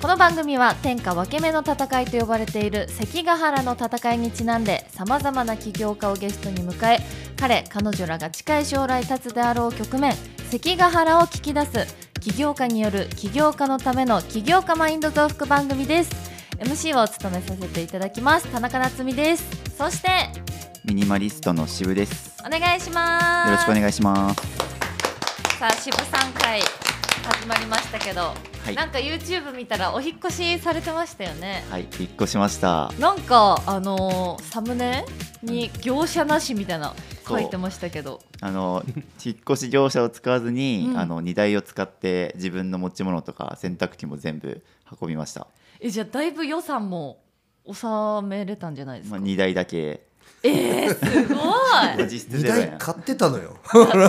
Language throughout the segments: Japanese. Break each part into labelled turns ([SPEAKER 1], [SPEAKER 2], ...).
[SPEAKER 1] この番組は天下分け目の戦いと呼ばれている関ヶ原の戦いにちなんでさまざまな起業家をゲストに迎え彼彼女らが近い将来立つであろう局面関ヶ原を聞き出す起業家による起業家のための起業家マインド増幅番組です MC を務めさせていただきます田中夏実ですそして
[SPEAKER 2] ミニマリストの渋です。
[SPEAKER 1] お願いします
[SPEAKER 2] よろしくお願いします。
[SPEAKER 1] さあ渋さん会始まりましたけど、
[SPEAKER 2] はい
[SPEAKER 1] なんか YouTube 見たらお引っ越しされてましたよね
[SPEAKER 2] はい、引っ越しました。
[SPEAKER 1] なんかあのーサムネに業者なしみたいな
[SPEAKER 2] そ
[SPEAKER 1] 書
[SPEAKER 2] う
[SPEAKER 1] いてましたけど
[SPEAKER 2] あの引っ越し業者を使わずに、
[SPEAKER 1] うん
[SPEAKER 2] あの荷台を使って自分の持ち物とか洗濯機も全部運びました。
[SPEAKER 1] えじゃあだいぶ予算も収めれたんじゃないです
[SPEAKER 2] ま
[SPEAKER 1] か、
[SPEAKER 2] あ荷台だけ。
[SPEAKER 1] えー、すごい
[SPEAKER 2] まあ実質
[SPEAKER 3] 二
[SPEAKER 2] ゼロ
[SPEAKER 3] 台
[SPEAKER 2] 円。
[SPEAKER 3] 買ってたのよ。
[SPEAKER 1] なん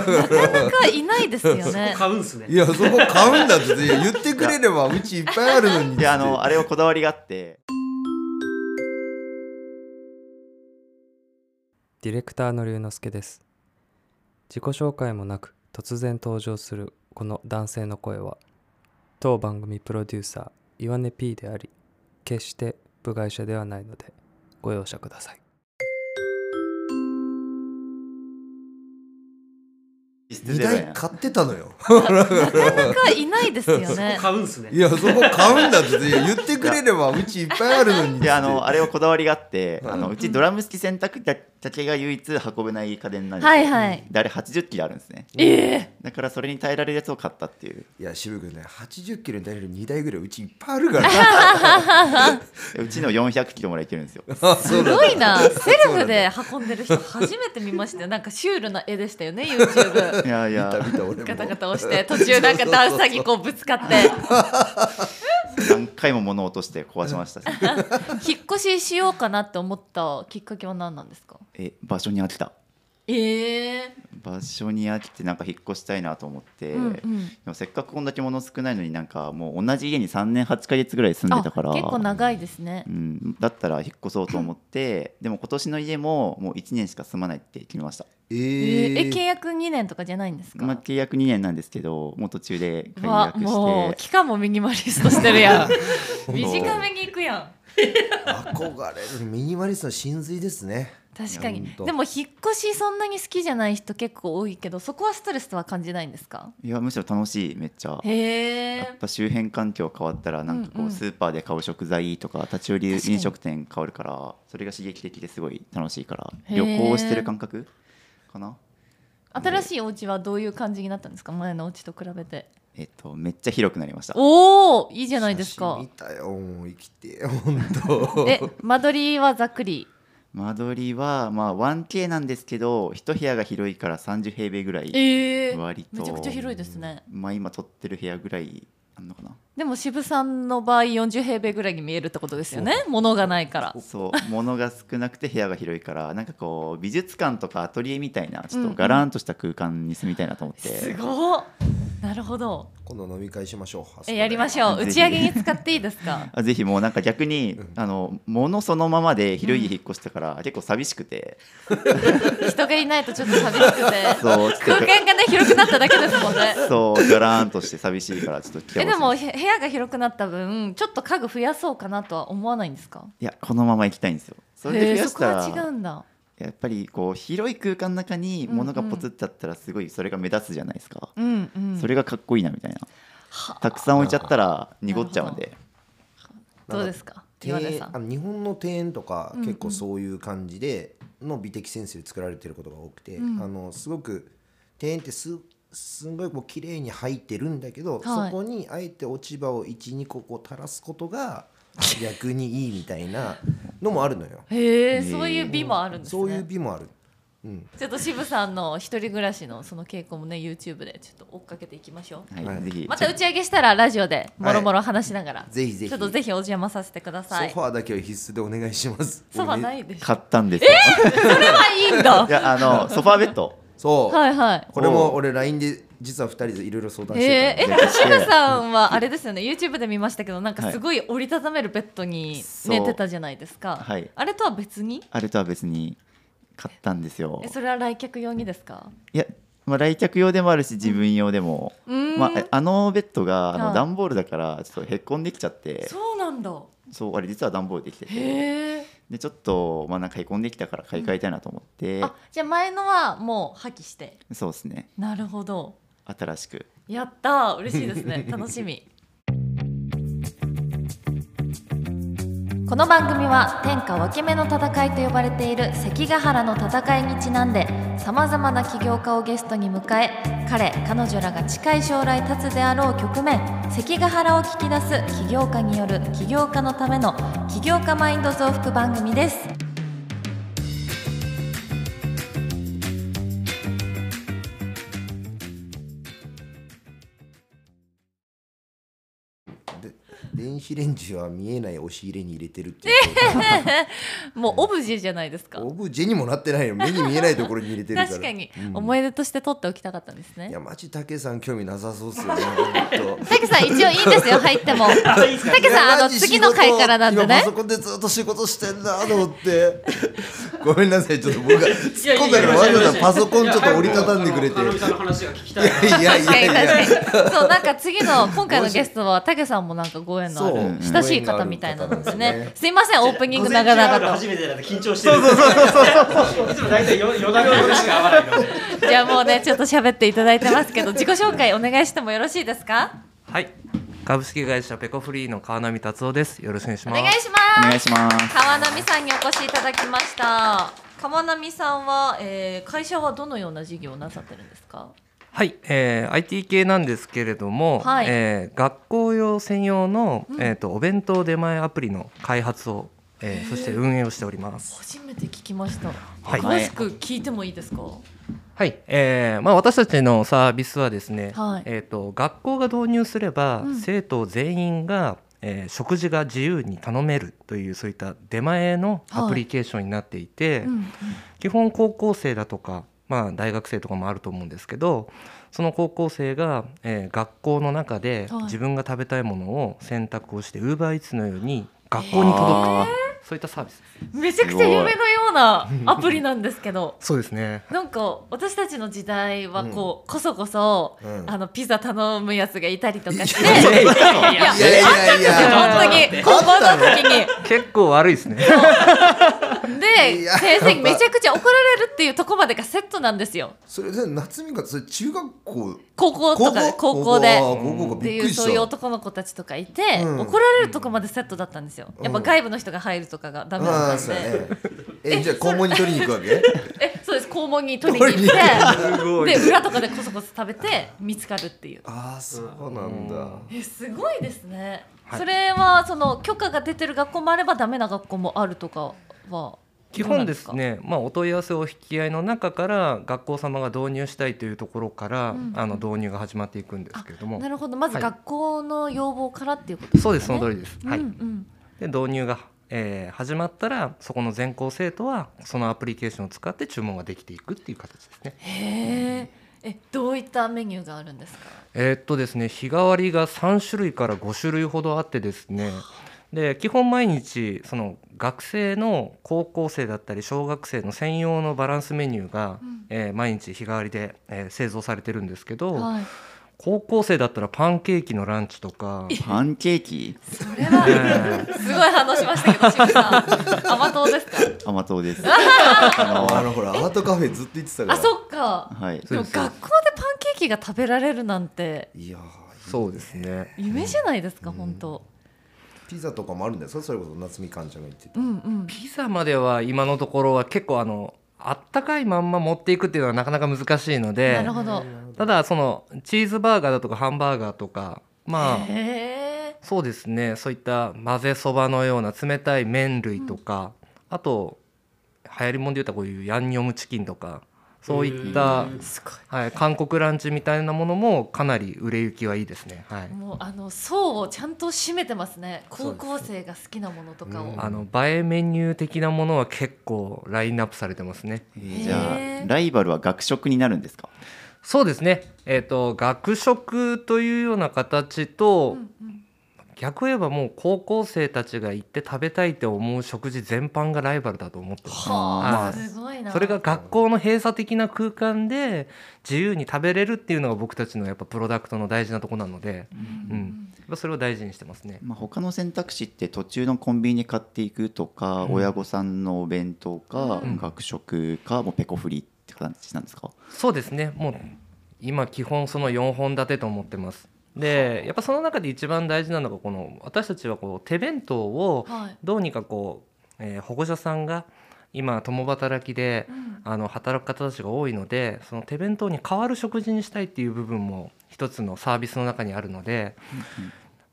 [SPEAKER 1] かいないですよね
[SPEAKER 4] 買うんすね
[SPEAKER 3] いや、そこ買うんだって 言ってくれれば、うちいっぱいあるのに。
[SPEAKER 2] で、あのあれはこだわりがあって、
[SPEAKER 5] ディレクターの龍之介です自己紹介もなく突然登場するこの男性の声は当番組プロデューサー岩根 P であり決して部外者ではないのでご容赦ください
[SPEAKER 2] 実質
[SPEAKER 3] 二
[SPEAKER 2] ゼロ
[SPEAKER 3] 台
[SPEAKER 2] 円。
[SPEAKER 3] 買ってたのよ。
[SPEAKER 1] なんかいないですよね
[SPEAKER 4] 買うんすね
[SPEAKER 3] いや、そこ買うんだって言ってくれれば、うちいっぱいあるのに。
[SPEAKER 2] で、あのあれはこだわりがあ って、
[SPEAKER 3] はい
[SPEAKER 2] あのうちドラム式洗濯機だだけが唯一運べない家電なんですよ。
[SPEAKER 1] はいはい
[SPEAKER 2] であれ80キロあるんですね。
[SPEAKER 1] え
[SPEAKER 2] だからそれに耐えられるやつを買ったっていう。
[SPEAKER 3] いや、渋君ね、八十キロに耐える二台ぐらい、うちいっぱいあるから。
[SPEAKER 2] でうちの400キロもらえてるんですよ。
[SPEAKER 1] す
[SPEAKER 3] す
[SPEAKER 1] ごいなセルフで運んでる人初めて見ましたよなんかシュールな絵でしたよね YouTube
[SPEAKER 2] いやいや
[SPEAKER 3] 見。た見た、俺も。
[SPEAKER 1] ガタガタ押して途中なんかダウンサギこうぶつかって
[SPEAKER 2] 何回も物を落として壊しましたし
[SPEAKER 1] 引っ越ししようかなって思ったきっかけは何なんですか
[SPEAKER 2] え場所に飽きた
[SPEAKER 1] ええ
[SPEAKER 2] 場所に飽きてなんか引っ越したいなと思って、
[SPEAKER 1] うんうん
[SPEAKER 2] でもせっかくこんだけ物少ないのになんかもう同じ家に3年8ヶ月ぐらい住んでたから
[SPEAKER 1] あ結構
[SPEAKER 2] い、
[SPEAKER 1] 長いですね
[SPEAKER 2] うん、だったら引っ越そうと思ってでも今年の家ももう1年しか住まないって決めました、
[SPEAKER 1] え
[SPEAKER 3] えー
[SPEAKER 1] ー、え契約2年とかじゃないんですか、
[SPEAKER 2] まあ、契約2年なんですけどもう途中で
[SPEAKER 1] う
[SPEAKER 2] 解
[SPEAKER 1] わ
[SPEAKER 2] 約
[SPEAKER 1] もう
[SPEAKER 2] して
[SPEAKER 1] 期間もミニマリストしてる やん短めに行くやん
[SPEAKER 3] 憧れるミニマリストの真髄ですね。
[SPEAKER 1] 確か
[SPEAKER 3] いや
[SPEAKER 1] に
[SPEAKER 3] ほんと
[SPEAKER 1] でも引っ越しそんなに好きじゃない人結構多いけどそこはストレスとは感じないんですか
[SPEAKER 2] いやむしろ楽しいめっちゃ。
[SPEAKER 1] へ
[SPEAKER 2] やっ
[SPEAKER 1] え
[SPEAKER 2] ぱ周辺環境変わったらなんかこ
[SPEAKER 1] うんうん
[SPEAKER 2] うスーパーで買う食材とか立ち寄り
[SPEAKER 1] 確かに
[SPEAKER 2] 飲食店変わるからそれが刺激的ですごい楽しいから
[SPEAKER 1] へー
[SPEAKER 2] 旅行をしてる感覚かな
[SPEAKER 1] 新しいお家はどういう感じになったんですか前のお家と比べて
[SPEAKER 2] えっとめっちゃ広くなりました
[SPEAKER 1] おおいいじ
[SPEAKER 3] じ
[SPEAKER 1] ゃないですか
[SPEAKER 3] 見たよ、もう生きてえ、本当。
[SPEAKER 1] え間取りはざっくり
[SPEAKER 2] 間取りはまあ 1K なんですけど一部屋が広いから30平米ぐらい
[SPEAKER 1] ええ
[SPEAKER 2] 割と
[SPEAKER 1] めちゃくちゃ広いですね
[SPEAKER 2] まあ今取ってる部屋ぐらいあんのかな
[SPEAKER 1] でも渋さんの場合40平米ぐらいに見えるってことですよね物がないから
[SPEAKER 2] そう物が少なくて部屋が広いからなんかこう美術館とかアトリエみたいなちょっ
[SPEAKER 1] うんう
[SPEAKER 2] と
[SPEAKER 1] ん
[SPEAKER 2] ガランとした空間に住みたいなと思って、
[SPEAKER 1] すごっなるほど
[SPEAKER 3] 今度飲み会しましょう。
[SPEAKER 1] えやりまし
[SPEAKER 3] う。
[SPEAKER 1] ょう
[SPEAKER 2] ぜ
[SPEAKER 1] 打
[SPEAKER 2] ひ
[SPEAKER 1] ち上げに使っていいです か
[SPEAKER 2] あぜひもうなんか逆に、あの物そのままで広い家引っ越したから、結構寂しくて
[SPEAKER 1] 人がいないとちょっと寂しくて
[SPEAKER 2] そうちょっ
[SPEAKER 1] 空間がね広くなっただけですもん ね
[SPEAKER 2] とそうガラーンとして寂しいからちょっと来て
[SPEAKER 1] え
[SPEAKER 2] ほし
[SPEAKER 1] で
[SPEAKER 2] い
[SPEAKER 1] もへ部屋が広くなった分ちょっと家具増やそうかなとは思わないんですか
[SPEAKER 2] いやこのまま行きたいんですよそれで
[SPEAKER 1] へえ
[SPEAKER 2] 増や
[SPEAKER 1] そ
[SPEAKER 2] し
[SPEAKER 1] こ
[SPEAKER 2] た
[SPEAKER 1] は違う
[SPEAKER 2] ら
[SPEAKER 1] んだ
[SPEAKER 2] やっぱりこう広い空間の中に物がポツってあったらすごいそれが目立つじゃないですか、
[SPEAKER 1] うんうん
[SPEAKER 2] それがかっこいいなみたいな
[SPEAKER 1] は
[SPEAKER 2] たくさん置いちゃったら濁っちゃうんで
[SPEAKER 1] どうですか
[SPEAKER 3] 庭
[SPEAKER 1] 岩根
[SPEAKER 3] 園
[SPEAKER 1] さ
[SPEAKER 3] あ
[SPEAKER 1] ん
[SPEAKER 3] の日本の庭園とか、
[SPEAKER 1] うんうん
[SPEAKER 3] 結構そういう感じでの美的センスで作られてることが多くて、
[SPEAKER 1] うん
[SPEAKER 3] あのすごく庭園ってすすんごいこう綺麗に入ってるんだけ
[SPEAKER 1] は
[SPEAKER 3] ど、
[SPEAKER 1] い。
[SPEAKER 3] そこにあえて落ち葉を12個こう垂らすことが逆にいいみたいなのもあるのよ
[SPEAKER 1] へえそういう美もあるんです
[SPEAKER 3] そういう
[SPEAKER 1] ね
[SPEAKER 3] 美もある。うん、
[SPEAKER 1] ちょっと渋さんの一人暮らしのその傾向もね YouTube でちょっと追っかけていきましょう
[SPEAKER 2] はい、
[SPEAKER 3] はい
[SPEAKER 2] ぜひ
[SPEAKER 1] また打ち上げしたらラジオでもろもろ話しながら、
[SPEAKER 3] ぜひぜひ
[SPEAKER 1] ちょっとぜひお邪魔させてくだ
[SPEAKER 3] ソ
[SPEAKER 1] さい
[SPEAKER 3] ファーだけは必須でお願いします。
[SPEAKER 1] ソファ
[SPEAKER 3] 俺
[SPEAKER 1] ないでしょ
[SPEAKER 2] 買ったんですよ、
[SPEAKER 1] それはいいんだ
[SPEAKER 2] いやあ のソファーベッド
[SPEAKER 3] そう、
[SPEAKER 1] はいはい
[SPEAKER 3] これも俺 LINE で実は2人でいろいろ相談してたの
[SPEAKER 1] えー、え
[SPEAKER 2] 絶対
[SPEAKER 1] 渋さんはあれですよね YouTube で見ましたけどなんか
[SPEAKER 2] はい
[SPEAKER 1] すごい折りたためるベッドに
[SPEAKER 2] そ
[SPEAKER 1] 寝
[SPEAKER 2] う
[SPEAKER 1] てたじゃないですか、
[SPEAKER 2] はい
[SPEAKER 1] あれとは別に
[SPEAKER 2] あれとは別に買ったんですよ
[SPEAKER 1] えそれは来客用にですか
[SPEAKER 2] いやまあ、来客用でもあるし自分用でも、
[SPEAKER 1] うーん、
[SPEAKER 2] まあ、ああのベッドがあ
[SPEAKER 1] は
[SPEAKER 2] の
[SPEAKER 1] い
[SPEAKER 2] 段ボールだからちょっとへっこんできちゃって
[SPEAKER 1] そうなんだ
[SPEAKER 2] そうあれ実は段ボールできてて
[SPEAKER 1] へえ
[SPEAKER 2] でちょっと、まあ、なんかへこんできたから買い替えたいなと思って、
[SPEAKER 1] あじゃあ前のはもう破棄して
[SPEAKER 2] そうですね
[SPEAKER 1] なるほど
[SPEAKER 2] 新しく
[SPEAKER 1] やったー嬉しいです ね楽しみこの番組は天下分け目の戦いと呼ばれている関ヶ原の戦いにちなんでさまざまな起業家をゲストに迎え彼彼女らが近い将来立つであろう局面関ヶ原を聞き出す起業家による起業家のための起業家マインド増幅番組 です
[SPEAKER 3] 電子レンジは見えない押し入れに入れてるっていう
[SPEAKER 1] もうオブジェじゃないですか
[SPEAKER 3] オブジェにもなってないよ目に見えないところに入れてるから
[SPEAKER 1] 確かに、
[SPEAKER 3] うん
[SPEAKER 1] 思い出として取っておきたかったんですね
[SPEAKER 3] いやマジ武さん興味なさそうっすよねほんと
[SPEAKER 1] たけさん一応いいんですよ入ってもたけさんあの
[SPEAKER 3] いやマジ仕
[SPEAKER 1] 次
[SPEAKER 3] 事
[SPEAKER 1] の回からなんで
[SPEAKER 3] 今
[SPEAKER 1] ね
[SPEAKER 3] パソコンでずっと仕事してんなと思って ごめんなさいちょっと僕が突っ込んだからわざわざパソコンちょっと折りたたんでくれて
[SPEAKER 4] いや早くあのあのさんの話が聞きたいな。
[SPEAKER 3] いやいや
[SPEAKER 1] 確かに
[SPEAKER 3] いやい
[SPEAKER 1] 確かにそうなんか次の今回のゲストはたけさんもなんかご縁のある
[SPEAKER 2] そう
[SPEAKER 1] 親しい方みたいなのです
[SPEAKER 3] ご縁がある方なん
[SPEAKER 1] ね
[SPEAKER 3] です
[SPEAKER 1] すいませんオープニング長
[SPEAKER 4] 午前中の
[SPEAKER 1] 々
[SPEAKER 4] 初めてだって緊張してる。そうそうそうそう。いつも大体よ余談の話が合わないので。
[SPEAKER 1] とじゃあもうねちょっと喋っていただいてますけど自己紹介お願いしてもよろしいですか
[SPEAKER 6] はい。株式会社ペコフリーの川波達夫です。よろしくお願いし
[SPEAKER 1] お
[SPEAKER 6] ます。
[SPEAKER 1] 願いし
[SPEAKER 2] お
[SPEAKER 1] ま
[SPEAKER 2] 願い
[SPEAKER 1] す
[SPEAKER 2] します
[SPEAKER 1] 川波さんにお越しいただきました川波さんは、えー、会社はどのような事業をなさってるんですか
[SPEAKER 6] はい、えー IT 系なんですけれども、
[SPEAKER 1] はい
[SPEAKER 6] えー学校用専用の、えー、とお弁当出前アプリの開発を、えーそして運営をしております。
[SPEAKER 1] 初めて聞きました
[SPEAKER 6] はい
[SPEAKER 1] 詳しく聞いてもいいですか
[SPEAKER 6] はい、えーまあ私たちのサービスはですね、
[SPEAKER 1] はい
[SPEAKER 6] えっ、と学校が導入すれば、
[SPEAKER 1] うん
[SPEAKER 6] 生徒全員が、えー食事が自由に頼めるというそういった出前のアプリケーションになっていて、
[SPEAKER 1] うん
[SPEAKER 6] 基本高校生だとか、まあ、大学生とかもあると思うんですけどその高校生が、えー学校の中で
[SPEAKER 1] はい
[SPEAKER 6] 自分が食べたいものを選択をして UberEats のように学校に届く、
[SPEAKER 2] あー
[SPEAKER 6] そういったサービスです
[SPEAKER 1] めちゃくちゃ夢のようなアプリなんですけど
[SPEAKER 6] そうですね
[SPEAKER 1] なんか私たちの時代はこう、こそこそ、
[SPEAKER 3] うん
[SPEAKER 1] あのピザ頼むやつがいたりとかして
[SPEAKER 3] いや
[SPEAKER 1] いやい
[SPEAKER 4] いやいや
[SPEAKER 1] や
[SPEAKER 3] いやいやいや
[SPEAKER 1] 本当に高校の時に
[SPEAKER 6] 結構悪いで すね
[SPEAKER 1] で
[SPEAKER 3] いや
[SPEAKER 1] 先生にめちゃくちゃ怒られるっていうとこまでがセットなんですよ
[SPEAKER 3] それで夏美がそれ中学校
[SPEAKER 1] 高校とかで高校で。
[SPEAKER 3] 高校高校か
[SPEAKER 1] って
[SPEAKER 3] びっ
[SPEAKER 1] い
[SPEAKER 3] く
[SPEAKER 1] う
[SPEAKER 3] りした
[SPEAKER 1] そういう男の子たちとかいて、
[SPEAKER 3] うん
[SPEAKER 1] 怒られるとこまでセットだったんですよ、やっぱ外部の人が入るとかがダメ
[SPEAKER 3] あ
[SPEAKER 1] だ
[SPEAKER 3] あ
[SPEAKER 1] った
[SPEAKER 3] そ
[SPEAKER 1] ん
[SPEAKER 3] う
[SPEAKER 1] で、
[SPEAKER 3] やねえじゃあ校門に取りに行くわけ
[SPEAKER 1] え そうです肛門に取りに行ってで裏とかでこそこそ食べて見つかるっていう
[SPEAKER 3] ああそうなんだ
[SPEAKER 1] えすごいですね、それはその許可が出てる学校もあればダメな学校もあるとかは
[SPEAKER 6] 基本ですねまあ、お問い合わせお引き合いの中から学校様が導入したいというところから、
[SPEAKER 1] うん
[SPEAKER 6] あの導入が始まっていくんですけれども
[SPEAKER 1] なるほどまず
[SPEAKER 6] はい
[SPEAKER 1] 学校の要望からっていうことです
[SPEAKER 6] そ
[SPEAKER 1] ね、
[SPEAKER 6] うですその通
[SPEAKER 1] り
[SPEAKER 6] りです、はい
[SPEAKER 1] うんうん、
[SPEAKER 6] で導入が、えー始まったらそこの全校生徒はそのアプリケーションを使って注文ができていくっていう形ですね。
[SPEAKER 1] へええどういったメニューがあるんですか
[SPEAKER 6] えーっとですね日替わりが3種類から5種類ほどあってですねで基本毎日その学生の高校生だったり小学生の専用のバランスメニューが、
[SPEAKER 1] うん
[SPEAKER 6] えー毎日日替わりで、えー製造されてるんですけど、
[SPEAKER 1] はい
[SPEAKER 6] 高校生だったらパンケーキのランチとか。
[SPEAKER 2] パンケーキ
[SPEAKER 1] それ は
[SPEAKER 6] え
[SPEAKER 1] すごい反応しましたけど志村 さん甘党ですか
[SPEAKER 2] 甘党です
[SPEAKER 3] あ
[SPEAKER 2] あ
[SPEAKER 3] のほらアートカフェずっと行ってたから
[SPEAKER 1] あそっか
[SPEAKER 2] のはい
[SPEAKER 1] でも学校でパンケーキが食べられるなんて
[SPEAKER 3] いやー
[SPEAKER 6] ーそうですね
[SPEAKER 1] 夢じゃないですか、本当
[SPEAKER 3] ピザとかもあるんですかそれこそ夏美かんちゃんが言ってた
[SPEAKER 1] うんうん
[SPEAKER 6] ピザまでは今のところは結構あのあったかいまんま持っていくっていうのはなかなか難しいの
[SPEAKER 1] な
[SPEAKER 6] で
[SPEAKER 1] るほど
[SPEAKER 6] ただそのチーズバーガーだとかハンバーガーとかまあ
[SPEAKER 1] へえ
[SPEAKER 6] そうですねそういった混ぜそばのような冷たい麺類とか、あと流行りもんで言ったらこういうヤンニョムチキンとかそういった、
[SPEAKER 1] すごい
[SPEAKER 6] はい、韓国ランチみたいなものもかなり売れ行きはいいですね。はい
[SPEAKER 1] もうあの層をちゃんと締めてますね高校生が好きなものとかを、
[SPEAKER 3] うん
[SPEAKER 6] あの映えメニュー的なものは結構ラインナップされてますね。
[SPEAKER 2] えーじゃ
[SPEAKER 1] へ
[SPEAKER 2] あ
[SPEAKER 1] ー
[SPEAKER 2] ライバルは学食になるんですか
[SPEAKER 6] そうですね、えー、と学食というような形と、
[SPEAKER 1] うんうん
[SPEAKER 6] 逆を言えばもう高校生たちが行って食べたいって思う食事全般がライバルだと思ってます
[SPEAKER 2] は
[SPEAKER 1] は
[SPEAKER 2] あ
[SPEAKER 1] あ、すごいな。
[SPEAKER 6] それが学校の閉鎖的な空間で自由に食べれるっていうのが僕たちのやっぱプロダクトの大事なとこなので、うんやっぱそれを大事にしてますね。
[SPEAKER 2] まあ、他の選択肢って途中のコンビニで買っていくとか、
[SPEAKER 6] うん
[SPEAKER 2] 親御さんのお弁当か、
[SPEAKER 6] うん
[SPEAKER 2] 学食かもうペコフリって形なんですか、
[SPEAKER 6] そうですねもう今基本その4本立てと思ってますでやっぱその中で一番大事なのがこの私たちはこう手弁当を
[SPEAKER 1] はい。
[SPEAKER 6] どうにかこう、えー保護者さんが今共働きで
[SPEAKER 1] うん
[SPEAKER 6] あの働く方たちが多いのでその手弁当に代わる食事にしたいっていう部分も一つのサービスの中にあるので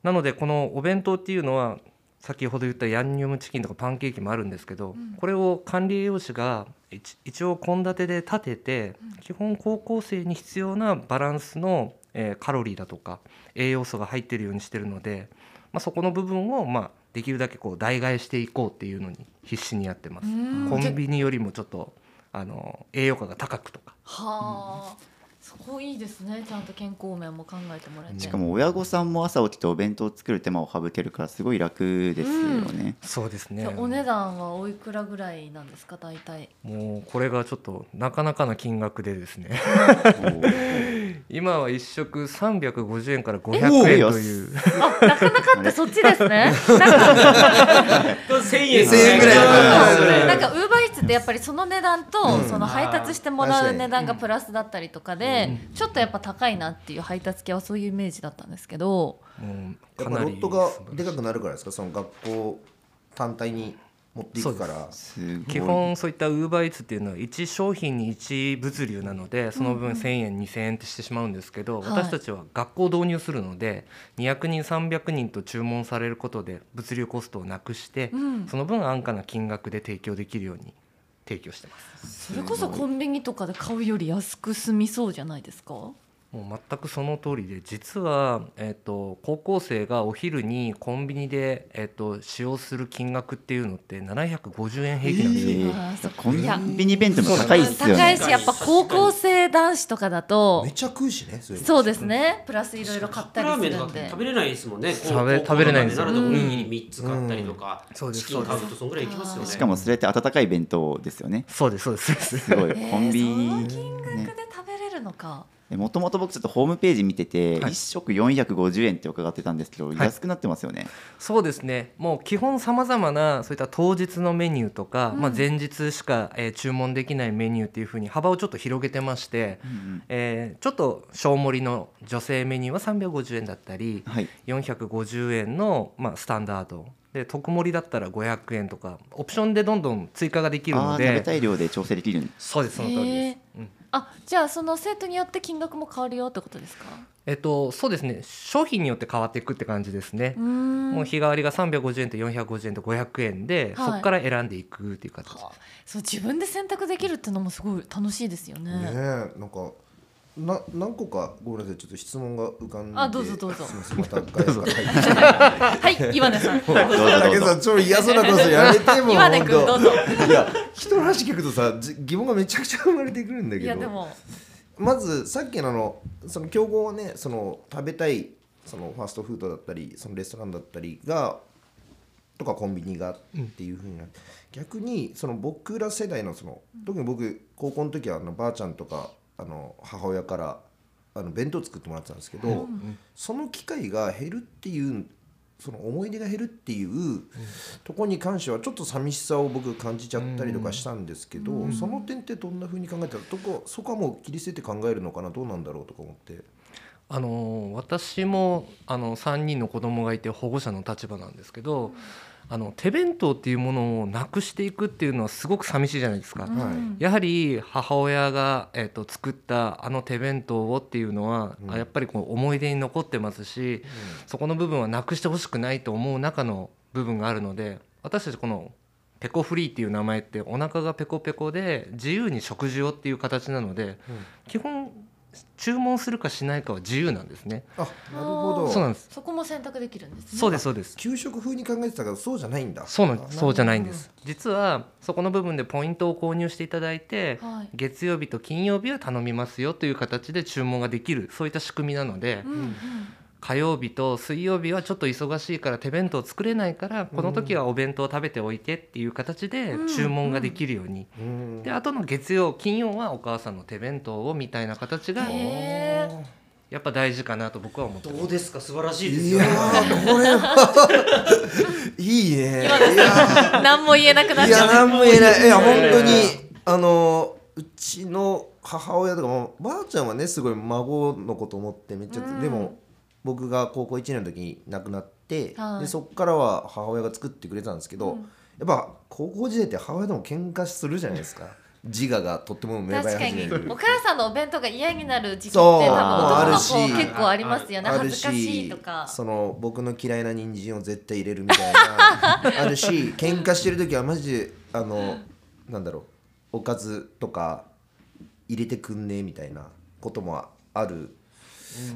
[SPEAKER 6] なのでこのお弁当っていうのは先ほど言ったヤンニョムチキンとかパンケーキもあるんですけど、
[SPEAKER 1] うん
[SPEAKER 6] これを管理栄養士が一一応献立で立てて、基本高校生に必要なバランスの、えーカロリーだとか栄養素が入ってるようにしてるので、まあ、そこの部分を、まあ、できるだけこう代替えしていこうっていうのに必死にやってます。
[SPEAKER 1] うん
[SPEAKER 6] コン
[SPEAKER 1] じゃ
[SPEAKER 6] ビニよりもちょっとあの栄養価が高くとか
[SPEAKER 1] はあ、そこいいですね。ちゃんと健康面も考えてもらえて。
[SPEAKER 2] しかも親御さんも朝起きてお弁当を作る手間を省けるからすごい楽ですよね、
[SPEAKER 6] そうですね
[SPEAKER 1] お値段はおいくらぐらいなんですか大 体。
[SPEAKER 6] もうこれがちょっとなかなかな金額でですね
[SPEAKER 2] おー
[SPEAKER 6] 今は1食350円から
[SPEAKER 2] お
[SPEAKER 6] 500円
[SPEAKER 2] ー
[SPEAKER 6] という
[SPEAKER 1] だってそっちですね。
[SPEAKER 4] 千円
[SPEAKER 3] 1000円ぐらい
[SPEAKER 4] あ
[SPEAKER 3] うん
[SPEAKER 4] ー
[SPEAKER 1] なんかウーバーイーツってやっぱりその値段と、
[SPEAKER 3] うん
[SPEAKER 1] その配達してもらう値段がプラスだったりとかで、
[SPEAKER 6] う
[SPEAKER 1] ちょっとやっぱ高いなっていう配達系はそういうイメージだったんですけど、
[SPEAKER 6] もう
[SPEAKER 3] や
[SPEAKER 6] か
[SPEAKER 3] っぱ
[SPEAKER 6] な
[SPEAKER 3] ロ
[SPEAKER 6] り
[SPEAKER 3] ットがでかくなるからですかその学校単体に持っていくから
[SPEAKER 2] すごい
[SPEAKER 6] 基本そういったウーバーイーツっていうのは1商品に1物流なのでその分1,000円2,000円ってしてしまうんですけど、
[SPEAKER 1] はい
[SPEAKER 6] 私たちは学校導入するので200人300人と注文されることで物流コストをなくして、
[SPEAKER 1] うん
[SPEAKER 6] その分安価な金額で提供できるように提供してます
[SPEAKER 1] それこそコンビニとかで買うより安く済みそうじゃないですか。
[SPEAKER 6] もう全くその通りで実は、えっと高校生がお昼にコンビニで、えっと使用する金額っていうのって750円平均なんですよ、
[SPEAKER 2] えー
[SPEAKER 1] あーそっか
[SPEAKER 2] コンビニ弁当も高いっすよね
[SPEAKER 1] 高いしやっぱ高校生男子とかだと
[SPEAKER 3] めちゃ食うしねそれ
[SPEAKER 1] そうですねプラスいろいろ買ったりす
[SPEAKER 4] カッ
[SPEAKER 1] るん
[SPEAKER 4] プラーメンとか
[SPEAKER 1] で
[SPEAKER 4] 食べれないですもんね
[SPEAKER 6] 食べ食べれないんですよ
[SPEAKER 4] なのでおにぎり三つ買ったりとか、
[SPEAKER 6] んそうです
[SPEAKER 4] チキン買うとそんぐらいいきますよね
[SPEAKER 2] しかもそれって温かい弁当ですよね
[SPEAKER 6] そうですそうですそうです
[SPEAKER 2] すごい、
[SPEAKER 1] えー
[SPEAKER 2] コンビ
[SPEAKER 1] そ
[SPEAKER 2] ニ
[SPEAKER 1] の金額
[SPEAKER 2] ね
[SPEAKER 1] で食べれるのか、
[SPEAKER 2] もともと僕ちょっとホームページ見てて、
[SPEAKER 6] はい
[SPEAKER 2] 一食450円って伺ってたんですけど、
[SPEAKER 6] い
[SPEAKER 2] 安くなってますよね。
[SPEAKER 6] そうですねもう基本さまざまなそういった当日のメニューとか、まあ、前日しか、えー注文できないメニューっていうふうに幅をちょっと広げてまして、
[SPEAKER 2] うん
[SPEAKER 6] えーちょっと小盛りの女性メニューは350円だったり
[SPEAKER 2] うんはい。
[SPEAKER 6] 450円の、まあ、スタンダードで特盛りだったら500円とかオプションでどんどん追加ができる
[SPEAKER 2] あ
[SPEAKER 6] の
[SPEAKER 2] あー、食べ
[SPEAKER 6] で
[SPEAKER 2] たい量で調整できるんです。
[SPEAKER 6] そうですその通りです。
[SPEAKER 1] へー
[SPEAKER 6] うん
[SPEAKER 1] あじゃあその生徒によって金額も変わるよってことですか
[SPEAKER 6] えっと、そうですね商品によって変わっていくって感じですね
[SPEAKER 1] うー。ん
[SPEAKER 6] もう日替わりが350円と450円と500円で、
[SPEAKER 1] はい
[SPEAKER 6] そこから選んでいくっていう形
[SPEAKER 1] はあそう自分で選択できるっていうのもすごい楽しいですよね。
[SPEAKER 3] ねえなんかな何個かごめんなさいちょっと質問が浮かんで
[SPEAKER 1] あどうぞ どうぞ
[SPEAKER 3] すみませんまた 外部から入ってき
[SPEAKER 1] はい、岩根さん。
[SPEAKER 2] どうぞ
[SPEAKER 3] ただ
[SPEAKER 2] ど
[SPEAKER 3] け
[SPEAKER 2] う
[SPEAKER 3] ど
[SPEAKER 2] ぞ。
[SPEAKER 3] さ超嫌そうな顔するやめても
[SPEAKER 1] 岩根君
[SPEAKER 3] ほんと
[SPEAKER 1] どうぞ
[SPEAKER 3] いや人の話聞くとさじ疑問がめちゃくちゃ生まれてくるんだ
[SPEAKER 1] い
[SPEAKER 3] け
[SPEAKER 1] や
[SPEAKER 3] ど
[SPEAKER 1] でも、
[SPEAKER 3] まずさっきのあのその競合はねその食べたいそのファーストフードだったりそのレストランだったりがとかコンビニがっていうふうになって、逆にその僕ら世代のその特に僕高校の時はあのばあちゃんとかあの母親からあの弁当作ってもらってたんですけど、その機会が減るっていうその思い出が減るっていうとこに関してはちょっと寂しさを僕感じちゃったりとかしたんですけど、その点ってどんなふうに考えたらどこそこはもう切り捨てて考えるのかなどうなんだろうとか思って。
[SPEAKER 6] あのー私もあの3人の子供がいて保護者の立場なんですけど、あの手弁当っていうものをなくしていくっていうのはすごく寂しいじゃないですか。
[SPEAKER 1] うん
[SPEAKER 3] はい
[SPEAKER 6] やはり母親が、えっと作ったあの手弁当をっていうのは、
[SPEAKER 3] うん
[SPEAKER 6] あやっぱりこう思い出に残ってますし、そこの部分はなくしてほしくないと思う中の部分があるので私たちこのペコフリーっていう名前ってお腹がペコペコで自由に食事をっていう形なので、
[SPEAKER 3] うん
[SPEAKER 6] 基本注文するかしないかは自由なんですね。
[SPEAKER 3] あなるほ
[SPEAKER 1] あ
[SPEAKER 3] ど
[SPEAKER 6] そうなんです。
[SPEAKER 1] そこも選択できるんですね。
[SPEAKER 6] そうですそうです。
[SPEAKER 3] 給食風に考えてたけどそうじゃないんだ
[SPEAKER 6] そうなんです。そうじゃないんで
[SPEAKER 3] なる
[SPEAKER 6] す。実はそこの部分でポイントを購入していただいて、
[SPEAKER 1] はい。
[SPEAKER 6] 月曜日と金曜日は頼みますよという形で注文ができるそういった仕組みなので、
[SPEAKER 1] うんうん
[SPEAKER 6] 火曜日と水曜日はちょっと忙しいから手弁当作れないからこの時はお弁当食べておいてっていう形で
[SPEAKER 1] うん
[SPEAKER 6] 注文ができるように、
[SPEAKER 3] うん
[SPEAKER 6] であとの月曜金曜はお母さんの手弁当をみたいな形が
[SPEAKER 1] へー
[SPEAKER 6] やっぱ大事かなと僕は思ってます
[SPEAKER 4] どうですか素晴らしいです
[SPEAKER 3] い
[SPEAKER 4] よ
[SPEAKER 3] やーこれはいいねいや
[SPEAKER 1] 何も言えなくなっ
[SPEAKER 3] い
[SPEAKER 1] ちゃ
[SPEAKER 3] や
[SPEAKER 1] う
[SPEAKER 3] 何も言えないいや本当に
[SPEAKER 4] いやいやいや
[SPEAKER 3] あのうちの母親とかもばあちゃんはねすごい孫のこと思ってめっちゃ、
[SPEAKER 1] うん
[SPEAKER 3] でも僕が高校1年の時に亡くなって、
[SPEAKER 1] はい
[SPEAKER 3] でそっからは母親が作ってくれたんですけど、
[SPEAKER 1] うん
[SPEAKER 3] やっぱ高校時代って母親とも喧嘩するじゃないですか自我がとっても芽生
[SPEAKER 1] 確
[SPEAKER 3] え
[SPEAKER 1] か
[SPEAKER 3] 始め
[SPEAKER 1] に
[SPEAKER 3] る
[SPEAKER 1] お母さんのお弁当が嫌になる時期って多
[SPEAKER 3] そう
[SPEAKER 1] 分
[SPEAKER 4] あ
[SPEAKER 1] 男
[SPEAKER 4] る
[SPEAKER 1] の
[SPEAKER 4] し
[SPEAKER 1] 子結構ありますよね
[SPEAKER 3] あ
[SPEAKER 1] 恥
[SPEAKER 3] る
[SPEAKER 1] ずかしいとか
[SPEAKER 3] その僕の嫌いな人参を絶対入れるみたいなあるし 喧嘩してる時はマジであのなんだろうおかずとか入れてくんねえみたいなこともある、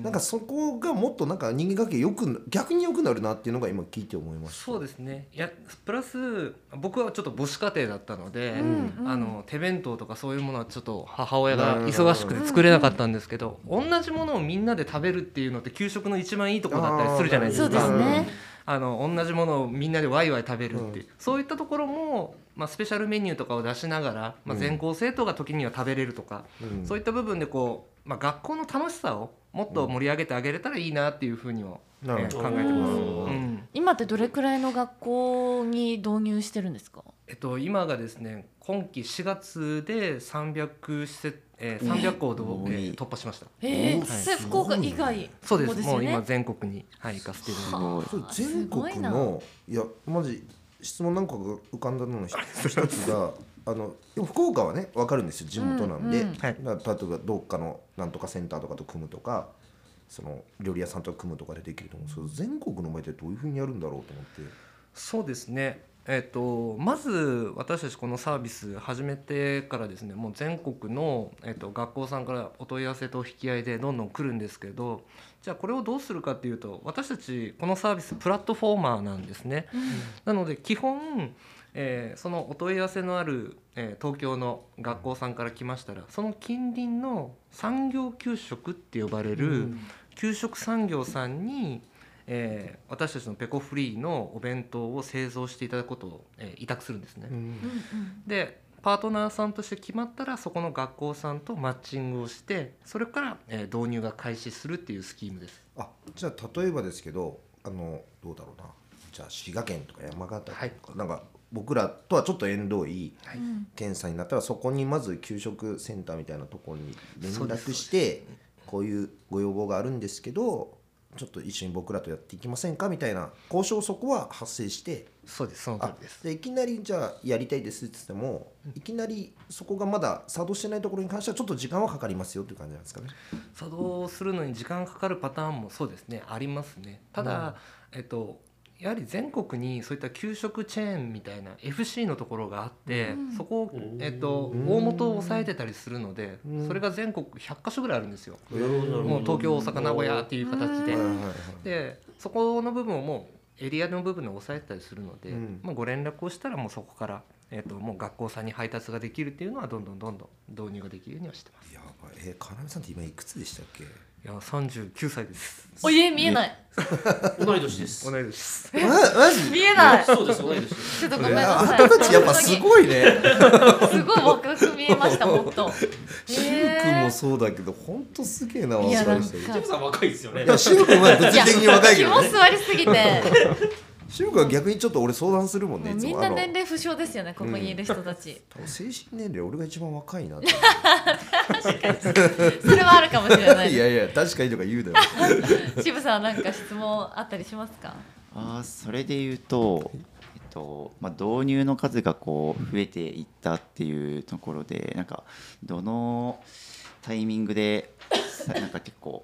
[SPEAKER 3] なんかそこがもっとなんか人間関係よく逆に良くなるなっていうのが今聞いて思いました
[SPEAKER 6] そうですねいやプラス僕はちょっと母子家庭だったので、
[SPEAKER 1] んうん
[SPEAKER 6] あの手弁当とかそういうものはちょっと母親が忙しくて作れなかったんですけど、同じものをみんなで食べるっていうのって給食の一番いいところだったりするじゃないです
[SPEAKER 1] そ
[SPEAKER 6] か
[SPEAKER 1] うですね
[SPEAKER 6] あの同じものをみんなでワイワイ食べるっていう、そういったところも、まあ、スペシャルメニューとかを出しながら、まあ、全校生徒が時には食べれるとか、
[SPEAKER 3] うん
[SPEAKER 6] そういった部分でこう、まあ、学校の楽しさをもっと盛り上げてあげれたらいいなっていうふうには、え
[SPEAKER 3] なる
[SPEAKER 6] ー
[SPEAKER 3] ほ
[SPEAKER 6] 考
[SPEAKER 3] ど
[SPEAKER 6] えてます。
[SPEAKER 1] うん
[SPEAKER 6] うん
[SPEAKER 1] 今ってどれくらいの学校に導入してるんですか
[SPEAKER 6] えっと、今がですね今期4月で300施設、えー、300校をどう、
[SPEAKER 2] 多い
[SPEAKER 6] えー突破しました
[SPEAKER 1] えー、それ
[SPEAKER 3] す
[SPEAKER 1] 福
[SPEAKER 3] ご
[SPEAKER 1] 岡
[SPEAKER 3] いね
[SPEAKER 1] 以外
[SPEAKER 6] そうです
[SPEAKER 1] です
[SPEAKER 6] も
[SPEAKER 1] よ
[SPEAKER 6] う今
[SPEAKER 1] ね
[SPEAKER 6] 全国に、はい、行かせていただいてます
[SPEAKER 1] は
[SPEAKER 2] す
[SPEAKER 1] あ
[SPEAKER 2] ご
[SPEAKER 3] そう全国のいやマジ質問何個か浮かんだのの一つ 一つがあの福岡はね分かるんですよ地元なんで、
[SPEAKER 1] うんうん
[SPEAKER 6] はい
[SPEAKER 3] だから例えばどっかのなんとかセンターとかと組むとかその料理屋さんと組むとかでできると思うんですけど全国の前でどういうふうにやるんだろうと思って
[SPEAKER 6] そうですねえっとまず私たちこのサービス始めてからですねもう全国の、えっと、学校さんからお問い合わせと引き合いでどんどん来るんですけどじゃあこれをどうするかっていうと私たちこのサービスプラットフォーマーなんですね。なので基本、えーそのお問い合わせのある、えー東京の学校さんから来ましたらその近隣の産業給食って呼ばれる給食産業さんに、えー私たちのペコフリーのお弁当を製造していただくことを、えー委託するんですね。
[SPEAKER 1] うんうん
[SPEAKER 6] でパートナーさんとして決まったらそこの学校さんとマッチングをしてそれから、えー導入が開始するっていうスキームです。
[SPEAKER 3] あじゃあ例えばですけどあのどうだろうなじゃあ滋賀県とか山形とか、
[SPEAKER 6] はい
[SPEAKER 3] なんか僕らとはちょっと縁遠い
[SPEAKER 6] はい
[SPEAKER 1] うん
[SPEAKER 3] 検査になったらそこにまず給食センターみたいなところに連
[SPEAKER 6] そうです
[SPEAKER 3] 絡してこういうご要望があるんですけどちょっと一緒に僕らとやっていきませんかみたいな交渉そこは発生して
[SPEAKER 6] そうですその通
[SPEAKER 3] あ
[SPEAKER 6] りです。
[SPEAKER 3] でいきなりじゃあやりたいですって言ってもいきなりそこがまだ作動してないところに関してはちょっと時間はかかりますよっていう感じなんですかね。
[SPEAKER 6] 作動するのに時間かかるパターンもそうですねありますねただ、えっとやはり全国にそういった給食チェーンみたいな FC のところがあって、
[SPEAKER 1] うん
[SPEAKER 6] そこを、えっと、
[SPEAKER 3] うん
[SPEAKER 6] 大元を抑えてたりするので、
[SPEAKER 3] うん
[SPEAKER 6] それが全国100か所ぐらいあるんですよ、
[SPEAKER 3] なるほど
[SPEAKER 6] もう東京大阪名古屋っていう形で、
[SPEAKER 1] う
[SPEAKER 3] はい
[SPEAKER 1] ん
[SPEAKER 3] はいはい
[SPEAKER 6] でそこの部分をもうエリアの部分で抑えてたりするので、
[SPEAKER 3] うん
[SPEAKER 6] まあ、ご連絡をしたらもうそこから、えっと、もう学校さんに配達ができるっていうのはどんどんどんどん導入ができるようにはしてます
[SPEAKER 3] やばいえー、金目さんって今いくつでしたっけ
[SPEAKER 6] いや39歳です
[SPEAKER 1] おいえ見えない
[SPEAKER 4] 同い年です
[SPEAKER 6] 同い年です
[SPEAKER 3] まマジ
[SPEAKER 1] 見えない
[SPEAKER 4] そうです同い年です
[SPEAKER 1] ちょっとごめん
[SPEAKER 3] あ
[SPEAKER 1] な
[SPEAKER 3] な
[SPEAKER 1] さい
[SPEAKER 3] たたちやっぱすごいね。
[SPEAKER 1] 本当にすごい若く見えました本当
[SPEAKER 3] シュウ君もそうだけど、ほんとすげえな、
[SPEAKER 1] いや
[SPEAKER 3] 忘れました
[SPEAKER 1] なんか
[SPEAKER 3] い
[SPEAKER 4] ジェムさん若いですよね
[SPEAKER 3] や、シュウ君は物理的に若いけど
[SPEAKER 1] も
[SPEAKER 3] ね。
[SPEAKER 1] 座りすぎ て
[SPEAKER 3] シュウ君は逆にちょっと俺相談するもん
[SPEAKER 1] も
[SPEAKER 3] ね、
[SPEAKER 1] う
[SPEAKER 3] いつ
[SPEAKER 1] みん
[SPEAKER 3] も。
[SPEAKER 1] な
[SPEAKER 3] あの、
[SPEAKER 1] 年齢不詳ですよねここにいる人たち、
[SPEAKER 3] 多分精神年齢俺が一番若い なって。
[SPEAKER 1] それはあるかもしれない
[SPEAKER 3] い
[SPEAKER 1] で
[SPEAKER 3] やいや、確かにとか言うだよ。
[SPEAKER 1] す渋さんなんか質問あったりしますか
[SPEAKER 2] あーそれで言うと、えっとまあ、導入の数がこう増えていったっていうところでなんかどのタイミングでさなんか結構、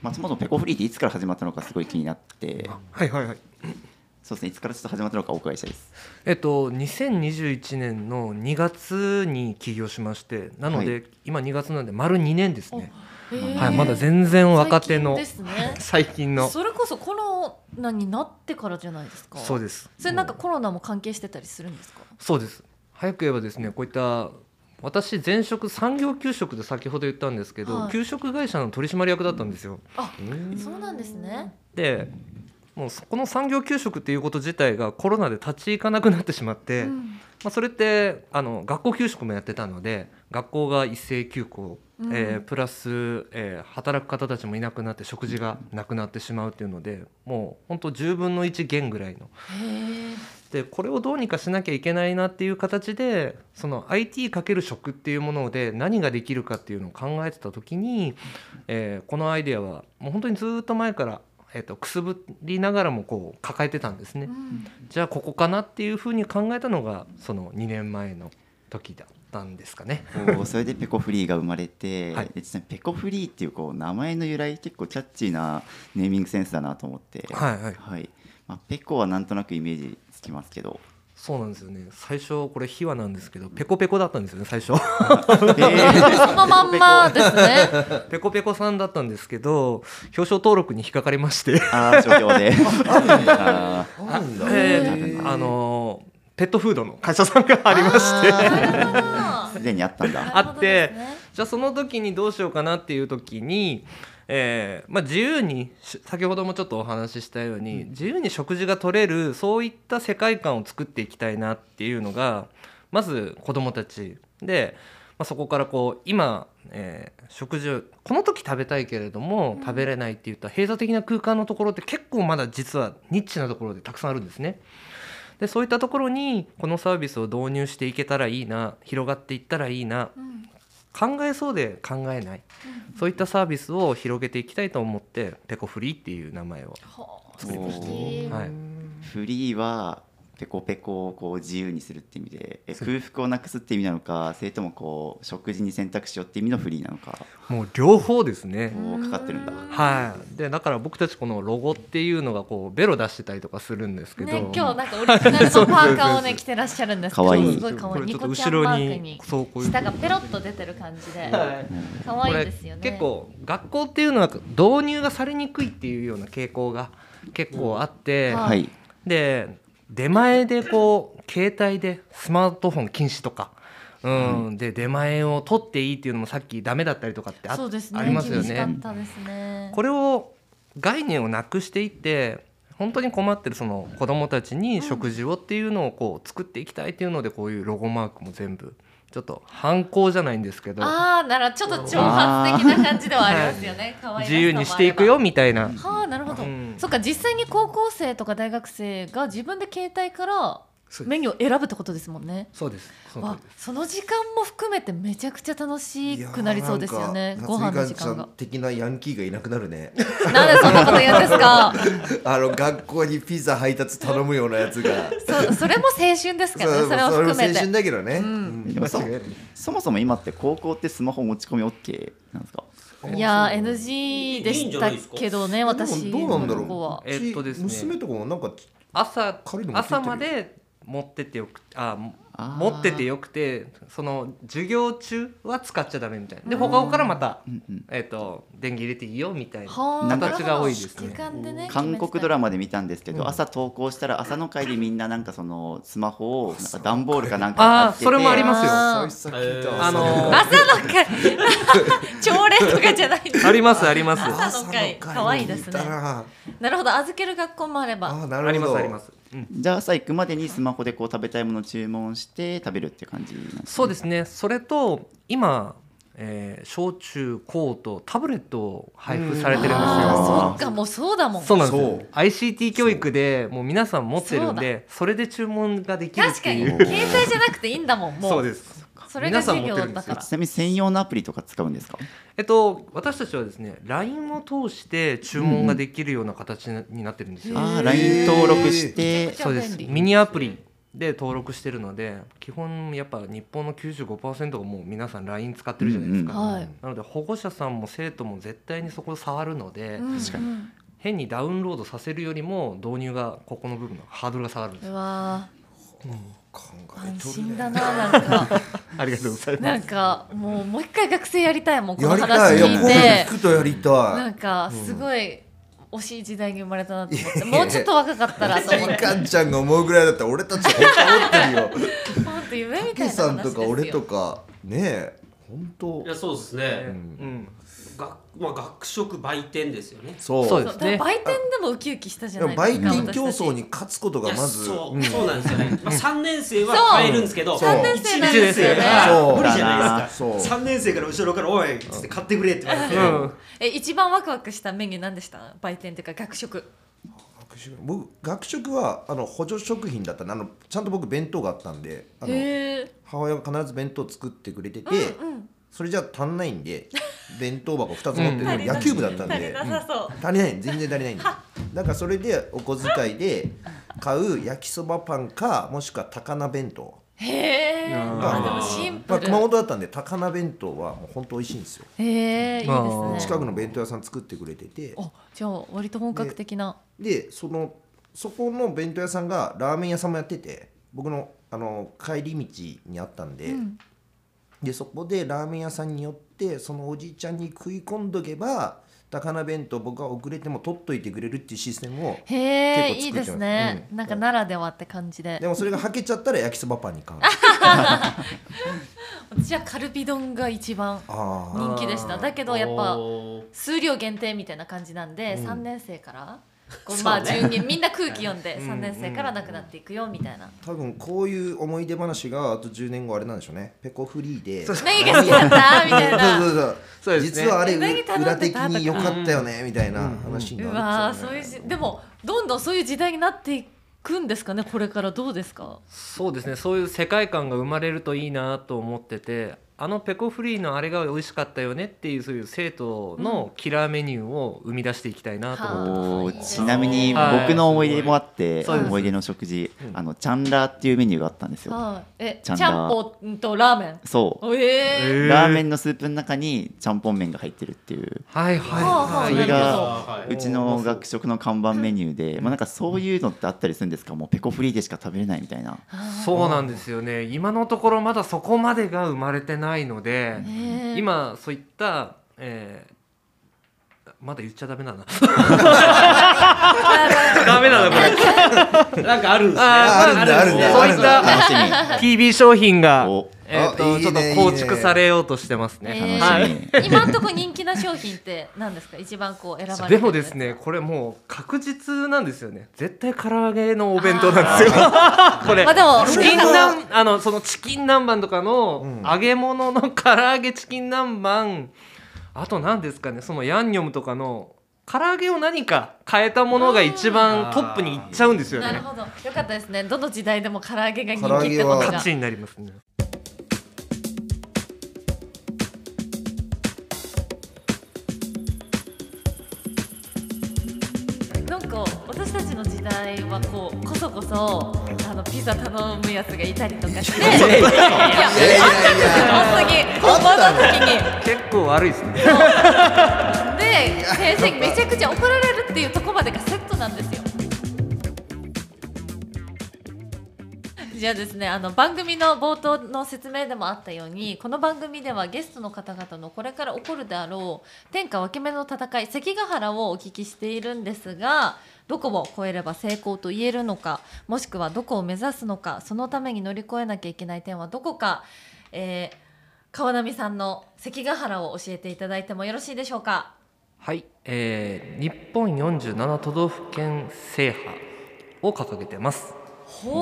[SPEAKER 2] まあ、そもそもペコフリーっていつから始まったのかすごい気になって
[SPEAKER 6] はいはいはい
[SPEAKER 2] そうですねいつからちょっと始まったのかお伺いしたいです。
[SPEAKER 6] えっと、2021年の2月に起業しましてなので、
[SPEAKER 2] は
[SPEAKER 6] 今2月なんで丸2年ですね、
[SPEAKER 1] へー
[SPEAKER 6] はい、まだ全然若手の
[SPEAKER 1] 最近ですね
[SPEAKER 6] 最近 の
[SPEAKER 1] それこそコロナになってからじゃないですか
[SPEAKER 6] そうです
[SPEAKER 1] それなんかコロナも関係してたりするんですか
[SPEAKER 6] そうです早く言えばですねこういった私前職産業給食で先ほど言ったんですけど、
[SPEAKER 1] はい
[SPEAKER 6] 給食会社の取締役だったんですよ。
[SPEAKER 1] そうなんですね。
[SPEAKER 6] でもうそこの産業給食っていうこと自体がコロナで立ち行かなくなってしまって、
[SPEAKER 1] う
[SPEAKER 6] ま
[SPEAKER 1] ん
[SPEAKER 6] あ、それってあの学校給食もやってたので学校が一斉休校、
[SPEAKER 1] うん
[SPEAKER 6] えープラス、えー働く方たちもいなくなって食事がなくなってしまうっていうのでもう本当10分の1減ぐらいの
[SPEAKER 1] へえ。
[SPEAKER 6] でこれをどうにかしなきゃいけないなっていう形でその IT× かける食っていうもので何ができるかっていうのを考えてた時に、えーこのアイデアはもう本当にずっと前から、えー、とくすぶりながらもこう抱えてたんですね、
[SPEAKER 1] うん
[SPEAKER 6] じゃあここかなっていうふうに考えたのがその2年前の時だったんですかね。
[SPEAKER 2] こうそれでペコフリーが生まれて、
[SPEAKER 6] はい
[SPEAKER 2] で実際ペコフリーっていうこう名前の由来結構キャッチーなネーミングセンスだなと思って、い
[SPEAKER 6] はい、はい
[SPEAKER 2] まあ、ペコはなんとなくイメージつきますけ ど
[SPEAKER 6] そうなんですよね最初これ秘話なんですけどペコペコだったんですよね最初
[SPEAKER 2] え ー
[SPEAKER 1] そのまんまですね。
[SPEAKER 6] ペコペコさんだったんですけど表彰登録に引っかかりまして
[SPEAKER 2] ああ状況であー
[SPEAKER 3] あるんだ
[SPEAKER 2] へ
[SPEAKER 6] えー
[SPEAKER 2] ー
[SPEAKER 6] あのーペットフードの会社さんがありまして
[SPEAKER 1] あ
[SPEAKER 2] すでにあったん
[SPEAKER 1] ー
[SPEAKER 2] だ
[SPEAKER 6] あって
[SPEAKER 1] なるほどですね
[SPEAKER 6] じゃあその時にどうしようかなっていう時に、えーまあ、自由にし先ほどもちょっとお話ししたように、自由に食事が取れるそういった世界観を作っていきたいなっていうのがまず子どもたちで、まあ、そこからこう今、えー食事をこの時食べたいけれども食べれないっていった閉鎖的な空間のところって結構まだ実はニッチなところでたくさんあるんですね。でそういったところにこのサービスを導入していけたらいいな広がっていったらいいな
[SPEAKER 1] うん
[SPEAKER 6] 考えそうで考えない、そういったサービスを広げていきたいと思ってペコフリーっていう名前を、
[SPEAKER 1] ほう
[SPEAKER 2] 作りました
[SPEAKER 1] 素敵
[SPEAKER 6] はい、
[SPEAKER 2] フリーはペコペコをこう自由にするって意味でえ空腹をなくすって意味なのかそれともこう食事に選択肢をって意味のフリーなのか
[SPEAKER 6] もう両方ですね、
[SPEAKER 2] こうかかってるんだ
[SPEAKER 6] はい、でだから僕たちこのロゴっていうのがこうベロ出してたりとかするんですけど、
[SPEAKER 1] ね、今日なんかオリジナルのパーカーをね着てらっしゃるんですけど
[SPEAKER 2] 可愛い
[SPEAKER 1] すごい可
[SPEAKER 6] こ
[SPEAKER 1] 愛い
[SPEAKER 6] れちょ
[SPEAKER 1] ニ
[SPEAKER 6] っと
[SPEAKER 1] コち
[SPEAKER 6] 後
[SPEAKER 1] ゃんマ
[SPEAKER 6] ろ
[SPEAKER 1] ーク
[SPEAKER 6] に
[SPEAKER 1] に
[SPEAKER 6] そうこういう
[SPEAKER 1] 下がペロッと出てる感じで
[SPEAKER 4] はい
[SPEAKER 1] 可
[SPEAKER 6] こ
[SPEAKER 1] 愛い
[SPEAKER 6] れ
[SPEAKER 1] ですよね
[SPEAKER 6] 結構学校っていうのは導入がされにくいっていうような傾向が結構あって、
[SPEAKER 1] うん
[SPEAKER 2] はい
[SPEAKER 6] で出前でこう携帯でスマートフォン禁止とか、うんで出前を取っていいっていうのもさっきダメだったりとかってあ,、
[SPEAKER 1] そうですね
[SPEAKER 6] あります
[SPEAKER 1] 厳
[SPEAKER 6] よ
[SPEAKER 1] しか
[SPEAKER 6] ね
[SPEAKER 1] っ。たですね
[SPEAKER 6] これを概念をなくしていって本当に困ってるその子どもたちに食事をっていうのをこう作っていきたいっていうのでこういうロゴマークも全部ちょっと反抗じゃないんですけど
[SPEAKER 1] ああならちょっと挑発的な感じではありますよね可愛らしさもあれば
[SPEAKER 6] 自由にしていくよみたいな
[SPEAKER 1] はあなるほど、
[SPEAKER 6] うん
[SPEAKER 1] そっか実際に高校生とか大学生が自分で携帯から
[SPEAKER 6] そうです
[SPEAKER 1] メニューを選ぶってことですもんね
[SPEAKER 6] そうですそう
[SPEAKER 1] わ
[SPEAKER 6] です
[SPEAKER 1] その時間も含めてめちゃくちゃ楽しくなりそうですよね
[SPEAKER 3] いやー
[SPEAKER 1] ご飯
[SPEAKER 3] なんか
[SPEAKER 1] の時間
[SPEAKER 3] 夏みかんちゃ
[SPEAKER 1] が
[SPEAKER 3] ん的なヤンキーがいなくなるね
[SPEAKER 1] なんでそんなこと言うんですか
[SPEAKER 3] あの学校にピザ配達頼むようなやつが
[SPEAKER 1] そそれも青春ですけどねそれを含め
[SPEAKER 3] それも青春
[SPEAKER 1] て
[SPEAKER 3] だけどね、
[SPEAKER 1] ん
[SPEAKER 3] うん
[SPEAKER 2] でもそうそもそも今って高校ってスマホ持ち込み OK なんですか
[SPEAKER 1] いやー NG で
[SPEAKER 4] いいん
[SPEAKER 1] し
[SPEAKER 4] じゃな
[SPEAKER 1] た
[SPEAKER 4] いですか
[SPEAKER 1] けどね私
[SPEAKER 3] でもどうなんだろ
[SPEAKER 1] の子は
[SPEAKER 3] う
[SPEAKER 6] えっとですね
[SPEAKER 3] 娘とかもなんか
[SPEAKER 6] 朝
[SPEAKER 3] 軽いの持ってって
[SPEAKER 6] 朝
[SPEAKER 3] る
[SPEAKER 6] まで持ってってよくあ
[SPEAKER 2] あー
[SPEAKER 6] 持っててよくてその授業中は使っちゃダメみたいなで他からまた、えっと電源入れていいよみたいな
[SPEAKER 1] はあ
[SPEAKER 2] なん
[SPEAKER 6] か形が多いですね
[SPEAKER 1] 時間でね
[SPEAKER 2] 韓国ドラ
[SPEAKER 1] マ
[SPEAKER 2] マで見たんですけど、朝投稿したら朝の会でみんななんかそのスマホをなんか段ボールかなんかに貼ってて
[SPEAKER 6] あーそれもありますよ
[SPEAKER 3] 久々聞いたわ
[SPEAKER 6] あの ー
[SPEAKER 1] 朝の会朝礼とかじゃないんです
[SPEAKER 6] ありますあります
[SPEAKER 1] 朝の会可愛いですね
[SPEAKER 3] 見たな
[SPEAKER 1] なるほど預ける学校もあれ
[SPEAKER 3] あ
[SPEAKER 1] ば
[SPEAKER 3] ーな
[SPEAKER 6] あり
[SPEAKER 3] る
[SPEAKER 6] ま
[SPEAKER 3] ほど
[SPEAKER 6] すあります、うん
[SPEAKER 2] じゃあ朝行くまでにスマホでこう食べたいものを注文して食べるって感じなんですね
[SPEAKER 6] そうですねそれと今、えー小中高とタブレットを配布されてるんですよ、
[SPEAKER 1] あーそっかもうそうだもん
[SPEAKER 6] そうなんです
[SPEAKER 3] そ
[SPEAKER 6] よ
[SPEAKER 3] う
[SPEAKER 6] ICT 教育でもう皆さん持ってるんでそれで注文ができるっ
[SPEAKER 1] 確か
[SPEAKER 6] て
[SPEAKER 1] に
[SPEAKER 6] いう
[SPEAKER 1] 携帯じゃなくていいんだもんもう
[SPEAKER 6] そうです
[SPEAKER 1] それが授業だった
[SPEAKER 6] 皆さん持ってる
[SPEAKER 1] か
[SPEAKER 6] んで
[SPEAKER 1] ら
[SPEAKER 2] ちなみに専用のアプリとか使うんですか
[SPEAKER 6] えっと私たちはですね LINE を通して注文ができるような形になってるんですよ、
[SPEAKER 2] ああ LINE 登録して
[SPEAKER 6] そうです
[SPEAKER 1] 便利
[SPEAKER 6] ミニアプリで登録してるので基本やっぱ日本の95%がもう皆さん LINE 使ってるじゃないですか、
[SPEAKER 1] うんうんはい
[SPEAKER 6] なので保護者さんも生徒も絶対にそこを触るので、
[SPEAKER 1] 確
[SPEAKER 2] か
[SPEAKER 1] に
[SPEAKER 6] 変にダウンロードさせるよりも導入がここの部分のハードルが下がるんです
[SPEAKER 1] うわ
[SPEAKER 3] 考
[SPEAKER 1] ー
[SPEAKER 3] え
[SPEAKER 1] 安
[SPEAKER 3] とる
[SPEAKER 1] 心
[SPEAKER 3] ね
[SPEAKER 1] だななん か
[SPEAKER 6] ありがとうござい
[SPEAKER 1] なんかもうもう一回学生やりたいもんこの
[SPEAKER 3] やり
[SPEAKER 1] 話
[SPEAKER 3] たいいや
[SPEAKER 1] 聞い
[SPEAKER 3] こういうの
[SPEAKER 1] て
[SPEAKER 3] 聞くとやりた
[SPEAKER 1] ないんかすごい惜しい時代に生まれたなと思ってもうちょっと若かったらと思っ
[SPEAKER 3] み
[SPEAKER 1] て
[SPEAKER 3] かんちゃんが思うぐらいだったら俺た ち本当思ってるよ
[SPEAKER 1] 本当夢みたい
[SPEAKER 3] ケ
[SPEAKER 1] な話ですよ
[SPEAKER 3] さんとか俺とかねえ本当
[SPEAKER 4] いやそうです
[SPEAKER 6] う
[SPEAKER 4] ね、
[SPEAKER 6] ん、
[SPEAKER 4] がまあ、学食売店ですよね
[SPEAKER 3] そう
[SPEAKER 6] そう
[SPEAKER 1] そ
[SPEAKER 6] で
[SPEAKER 1] う
[SPEAKER 6] す
[SPEAKER 1] でも
[SPEAKER 6] ね。
[SPEAKER 1] 売店でもウキウキしたじ
[SPEAKER 3] で
[SPEAKER 1] ゃな
[SPEAKER 3] も
[SPEAKER 1] い
[SPEAKER 3] 売
[SPEAKER 1] ですか
[SPEAKER 3] 店競争
[SPEAKER 1] 私
[SPEAKER 3] に勝つこと
[SPEAKER 4] い
[SPEAKER 3] が
[SPEAKER 4] や
[SPEAKER 3] まず
[SPEAKER 4] そう
[SPEAKER 3] うん
[SPEAKER 4] そうなんですよね、まあ、3年生は
[SPEAKER 1] そう
[SPEAKER 4] 買えるんですけど
[SPEAKER 3] そう
[SPEAKER 4] 1
[SPEAKER 1] 3年生なんですよね
[SPEAKER 4] 年生が
[SPEAKER 3] そう
[SPEAKER 4] 無理じゃないですか
[SPEAKER 3] そう
[SPEAKER 4] 3年生から後ろから「おい」っつって買ってくれって言われて、
[SPEAKER 6] うん、
[SPEAKER 1] たちえ一番ワクワクしたメニュー何でした売店っていうか学食
[SPEAKER 3] 学食僕学食はあの補助食品だったんであのちゃんと僕弁当があったんであの
[SPEAKER 1] へえ
[SPEAKER 3] 母親が必ず弁当作ってくれてて、
[SPEAKER 1] うん
[SPEAKER 3] それじゃ足んないんで弁当箱2つ持ってる
[SPEAKER 6] うん
[SPEAKER 3] のに野球部だったん
[SPEAKER 1] 足り
[SPEAKER 3] で、
[SPEAKER 1] なさそう
[SPEAKER 3] 足りない全然足りないんでだからそれでお小遣いで買う焼きそばパンかもしくは高菜弁当、
[SPEAKER 1] へえ
[SPEAKER 3] ま
[SPEAKER 1] あ
[SPEAKER 3] あ
[SPEAKER 1] でもシン
[SPEAKER 3] ま
[SPEAKER 1] プ
[SPEAKER 3] あ、
[SPEAKER 1] ル
[SPEAKER 3] 熊本だったんで高菜弁当はもう本当美味しいんですよ
[SPEAKER 1] へえいいです
[SPEAKER 6] ま
[SPEAKER 1] ね
[SPEAKER 6] あ
[SPEAKER 3] 近くの弁当屋さん作ってくれてて
[SPEAKER 1] あじゃあ割と本格的な
[SPEAKER 3] でそのそこの弁当屋さんがラーメン屋さんもやってて僕のあの帰り道にあったんで、
[SPEAKER 1] うん
[SPEAKER 3] でそこでラーメン屋さんに寄ってそのおじいちゃんに食い込んどけば高菜弁当僕が遅れても取っといてくれるっていうシステムを
[SPEAKER 1] へえい
[SPEAKER 3] 結構作っちゃいます
[SPEAKER 1] いですね
[SPEAKER 3] うん
[SPEAKER 1] なんかならではって感じで
[SPEAKER 3] でもそれがはけちゃったら焼きそばパンに変わる
[SPEAKER 1] 私はカルビ丼が一番
[SPEAKER 3] あ
[SPEAKER 1] 人気でしただけどやっぱ
[SPEAKER 4] おー
[SPEAKER 1] 数量限定みたいな感じなんで、
[SPEAKER 3] うん
[SPEAKER 1] 3年生からこう、
[SPEAKER 4] そうね
[SPEAKER 1] まあ順にみんな空気読んで
[SPEAKER 6] うん
[SPEAKER 1] 3年生からなくなっていくよみたいな。
[SPEAKER 3] あ多分こういう思い出話があと10年後あれなんでしょうねペコフリーでそう
[SPEAKER 1] 何が好きだったみたい
[SPEAKER 3] そ
[SPEAKER 1] な。
[SPEAKER 3] うそう
[SPEAKER 6] そうですね
[SPEAKER 3] 実はあれ
[SPEAKER 1] 何頼んでた
[SPEAKER 3] 裏的に良かったよねみたいな話に
[SPEAKER 1] う
[SPEAKER 3] な
[SPEAKER 1] わ
[SPEAKER 3] る
[SPEAKER 1] ーそういうしでもどんどんそういう時代になっていくんですかねこれからどうですか
[SPEAKER 6] そうですねそういう世界観が生まれるといいなと思っててあのペコフリーのあれが美味しかったよねっていうそういう生徒のキラーメニューを生み出していきたいなと思ってます、
[SPEAKER 2] お
[SPEAKER 1] あーいい
[SPEAKER 2] ー
[SPEAKER 1] です
[SPEAKER 2] ち
[SPEAKER 1] ね
[SPEAKER 2] なみに
[SPEAKER 6] はい
[SPEAKER 2] 僕の思い出もあって、
[SPEAKER 6] そうです
[SPEAKER 2] 思い出の食事、あのチャンラーっていうメニューがあったんですよ、
[SPEAKER 1] はいえ
[SPEAKER 2] ち
[SPEAKER 1] ち
[SPEAKER 2] ゃんだ
[SPEAKER 1] ゃんぽんとラーメン
[SPEAKER 2] そう、
[SPEAKER 1] おえー
[SPEAKER 6] へー
[SPEAKER 2] ラーメンのスープの中にちゃんぽん麺が入ってるっていう
[SPEAKER 6] はいはい
[SPEAKER 1] はあ
[SPEAKER 6] は
[SPEAKER 1] ー
[SPEAKER 6] い
[SPEAKER 2] そ
[SPEAKER 1] な
[SPEAKER 2] れ
[SPEAKER 1] る
[SPEAKER 2] が
[SPEAKER 1] ほど
[SPEAKER 4] は
[SPEAKER 2] うちの学食の看板メニューで、まあ、なんかそういうのってあったりするんですかもうペコフリーでしか食べれないみたいな
[SPEAKER 6] そうなんですよね今のところまだそこまでが生まれてないので、
[SPEAKER 1] ねえ
[SPEAKER 6] 今そういった、えーまだ言っちゃダメだ なダメだなこれ
[SPEAKER 4] いなんかあるんですね
[SPEAKER 3] ああるんだあるんだ
[SPEAKER 6] そういった
[SPEAKER 2] 楽しみ
[SPEAKER 6] PB 商品が
[SPEAKER 2] お、
[SPEAKER 6] えーと
[SPEAKER 3] あい
[SPEAKER 6] ち
[SPEAKER 3] い
[SPEAKER 6] ょっと
[SPEAKER 3] ね
[SPEAKER 6] 構築されようとしてます
[SPEAKER 1] えー
[SPEAKER 6] ね。
[SPEAKER 2] 楽しみ、
[SPEAKER 1] 今んとこ人気な商品って何ですか一番こう選ばれてる
[SPEAKER 6] でもですねこれもう確実なんですよね絶対唐揚げのお弁当なんですよ これ、
[SPEAKER 1] まあでも
[SPEAKER 6] チキン南あのそのチキン南蛮とかの
[SPEAKER 3] うん
[SPEAKER 6] 揚げ物の唐揚げチキン南蛮あと何ですかねそのヤンニョムとかの唐揚げを何か変えたものが一番トップにいっちゃうんですよ
[SPEAKER 1] なる
[SPEAKER 6] ね
[SPEAKER 1] ほどよかったですねどの時代でも唐揚げが人
[SPEAKER 3] 唐揚
[SPEAKER 1] 気っ
[SPEAKER 3] げ
[SPEAKER 1] てこ
[SPEAKER 3] は
[SPEAKER 1] とが
[SPEAKER 6] 勝ちになりますね
[SPEAKER 1] なんか私たちの時代はこうこそこそあのピザ頼むやつがいたりとかして、いやいやいや、本当に本当に
[SPEAKER 6] 結構悪いですね
[SPEAKER 1] で先生にめちゃくちゃ怒られるっていうとこまでがセットなんですよ。じゃあですねあの番組の冒頭の説明でもあったようにこの番組ではゲストの方々のこれから起こるであろう天下分け目の戦い関ヶ原をお聞きしているんですがどこを超えれば成功と言えるのかもしくはどこを目指すのかそのために乗り越えなきゃいけない点はどこか、えー川波さんの関ヶ原を教えていただいてもよろしいでしょうか。
[SPEAKER 6] はい、えー日本47都道府県制覇を掲げてます
[SPEAKER 1] ほう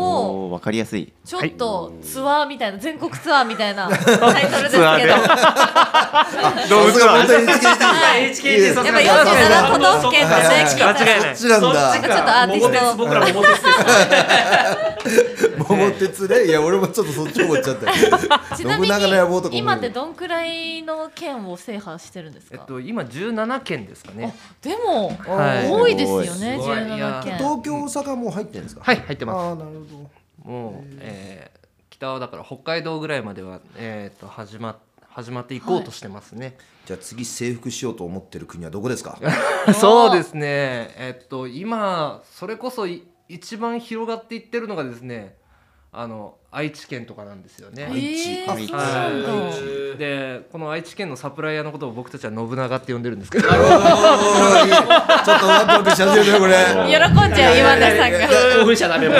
[SPEAKER 2] お分かりやすい
[SPEAKER 1] ちょっとツアーみたいな全国ツアーみたいなタイトルですけどや
[SPEAKER 3] 動物が本当に好きです
[SPEAKER 4] はい HKT さす
[SPEAKER 1] っぱ
[SPEAKER 4] がに
[SPEAKER 1] 47都道府県が
[SPEAKER 3] はいは
[SPEAKER 1] 正
[SPEAKER 3] い
[SPEAKER 1] 規
[SPEAKER 6] 間違い
[SPEAKER 1] い
[SPEAKER 6] な
[SPEAKER 3] そっ
[SPEAKER 6] い
[SPEAKER 3] ちなん
[SPEAKER 4] そっ
[SPEAKER 3] だ
[SPEAKER 4] ちか
[SPEAKER 1] ちょっとアーティスト
[SPEAKER 4] 桃鉄僕ら桃鉄ですから
[SPEAKER 3] 桃鉄ねいや俺もちょっとそっち思っちゃった
[SPEAKER 1] ちなみ
[SPEAKER 3] 信長の野望とか
[SPEAKER 1] に
[SPEAKER 3] も
[SPEAKER 1] 今ってどんくらいの県を制覇してるんです
[SPEAKER 6] えっ
[SPEAKER 1] か
[SPEAKER 6] と今17県ですかね
[SPEAKER 1] あでも
[SPEAKER 6] はい
[SPEAKER 1] 多いですよね
[SPEAKER 4] すごい
[SPEAKER 1] 17
[SPEAKER 6] いや
[SPEAKER 1] 県
[SPEAKER 3] 東京大阪もう入ってるんですか
[SPEAKER 6] はい入ってます
[SPEAKER 3] ああなるほど
[SPEAKER 6] もう、えー北はだから北海道ぐらいまでは、えー、と始ま始まっていこうとしてますね、
[SPEAKER 3] じゃあ次征服しようと思ってる国はどこですか
[SPEAKER 6] そうですねえっと今それこそい一番広がっていってるのがですねあの愛知県とかなんですよね、
[SPEAKER 1] えー
[SPEAKER 3] あ
[SPEAKER 1] そうなんだ
[SPEAKER 6] はいでこの愛知県のサプライヤーのことを僕たちは信長って呼んでるんですけど
[SPEAKER 3] ちょっとワクワクし始めたよこれ
[SPEAKER 1] 喜んじゃう岩田さんが
[SPEAKER 4] 興奮しちゃダメもう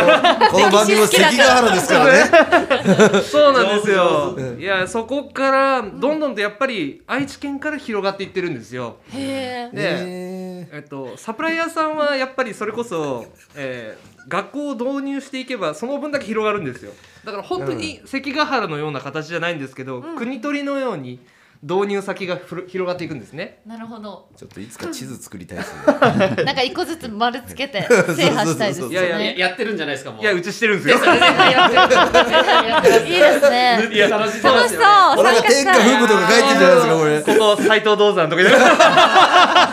[SPEAKER 3] この番組の関ヶ原ですからね
[SPEAKER 6] そうなんですよ。いや、そこからどんどんとやっぱり愛知県から広がっていってるんですよ。
[SPEAKER 1] へー
[SPEAKER 6] で、えっと、サプライヤーさんはやっぱりそれこそ、えー学校を導入していけばその分だけ広がるんですよ。だから本当に関ヶ原のような形じゃないんですけど、国取りのように導入先がふる広がっていくんですね。
[SPEAKER 1] なるほど
[SPEAKER 3] ちょっといつか地図作りたい ですね
[SPEAKER 1] なんか一個ずつ丸つけて制覇したいですよ
[SPEAKER 6] い
[SPEAKER 1] ね
[SPEAKER 6] やいや
[SPEAKER 4] やってるんじゃないですかもう
[SPEAKER 6] いや、うちしてるんですよ。
[SPEAKER 1] いいですね
[SPEAKER 4] いや楽しそ
[SPEAKER 1] 楽し
[SPEAKER 4] うです
[SPEAKER 1] そう
[SPEAKER 4] よね
[SPEAKER 1] 参
[SPEAKER 3] 俺
[SPEAKER 1] 加
[SPEAKER 3] が
[SPEAKER 1] し
[SPEAKER 3] 天下
[SPEAKER 1] たい
[SPEAKER 3] 風部とか書いてんじゃないですかこれ
[SPEAKER 6] ここ斎藤道山と か言って
[SPEAKER 3] やば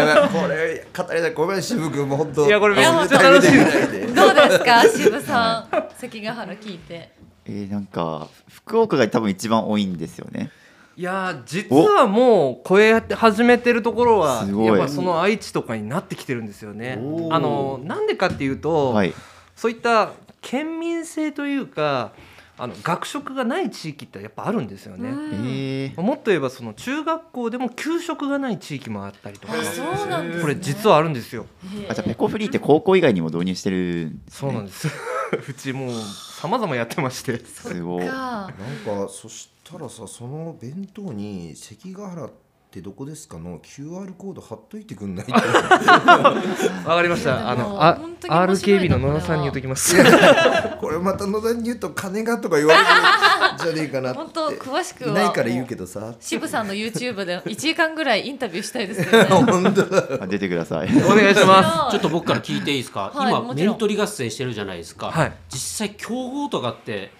[SPEAKER 3] いやばいこれ語りたいごめん渋君もう本当
[SPEAKER 6] いやこれめっちゃ楽しい
[SPEAKER 3] い
[SPEAKER 1] どうですか渋さん関ヶ原聞いて
[SPEAKER 2] えー、なんか福岡が多分一番多いんですよね
[SPEAKER 6] いやー実はもうこうやって始めてるところは
[SPEAKER 2] すごい
[SPEAKER 6] やっぱその愛知とかになってきてるんですよね
[SPEAKER 2] お。ー
[SPEAKER 6] あのなんでかっていうと、
[SPEAKER 2] はい
[SPEAKER 6] そういった県民性というかあの学食がない地域ってやっぱあるんですよ
[SPEAKER 1] う
[SPEAKER 6] ね。
[SPEAKER 2] え
[SPEAKER 1] ん
[SPEAKER 2] ー、
[SPEAKER 6] もっと言えばその中学校でも給食がない地域もあったりとか
[SPEAKER 1] あそうなんですね
[SPEAKER 6] これ実はあるんですよ。
[SPEAKER 2] あじゃあペコフリーって高校以外にも導入してるんです
[SPEAKER 6] そうなんです。 うちもう様々やってまして。
[SPEAKER 2] すごい
[SPEAKER 1] か
[SPEAKER 3] なんかそしたらさその弁当に関ヶ原ってどこですかの QR コード貼っといてくんないって
[SPEAKER 6] わかりまし
[SPEAKER 1] いや
[SPEAKER 6] た。あ
[SPEAKER 1] でも
[SPEAKER 6] のあ
[SPEAKER 1] 本当に面白いな
[SPEAKER 6] RKB の野田さんに言っときます。
[SPEAKER 3] これまた野田に言うと金がとか言われるじゃねえかなって
[SPEAKER 1] 本当詳しくはい
[SPEAKER 3] ないから言うけどさ
[SPEAKER 1] 渋さんの YouTube で1時間ぐらいインタビューしたいですよね
[SPEAKER 3] 本当だ
[SPEAKER 2] あ出てください
[SPEAKER 6] お願いします。
[SPEAKER 4] ちょっと僕から聞いていいですか、
[SPEAKER 1] はいも
[SPEAKER 4] 今
[SPEAKER 1] ちろん
[SPEAKER 4] 面取り合戦してるじゃないですか、
[SPEAKER 6] はい
[SPEAKER 4] 実際競合とかって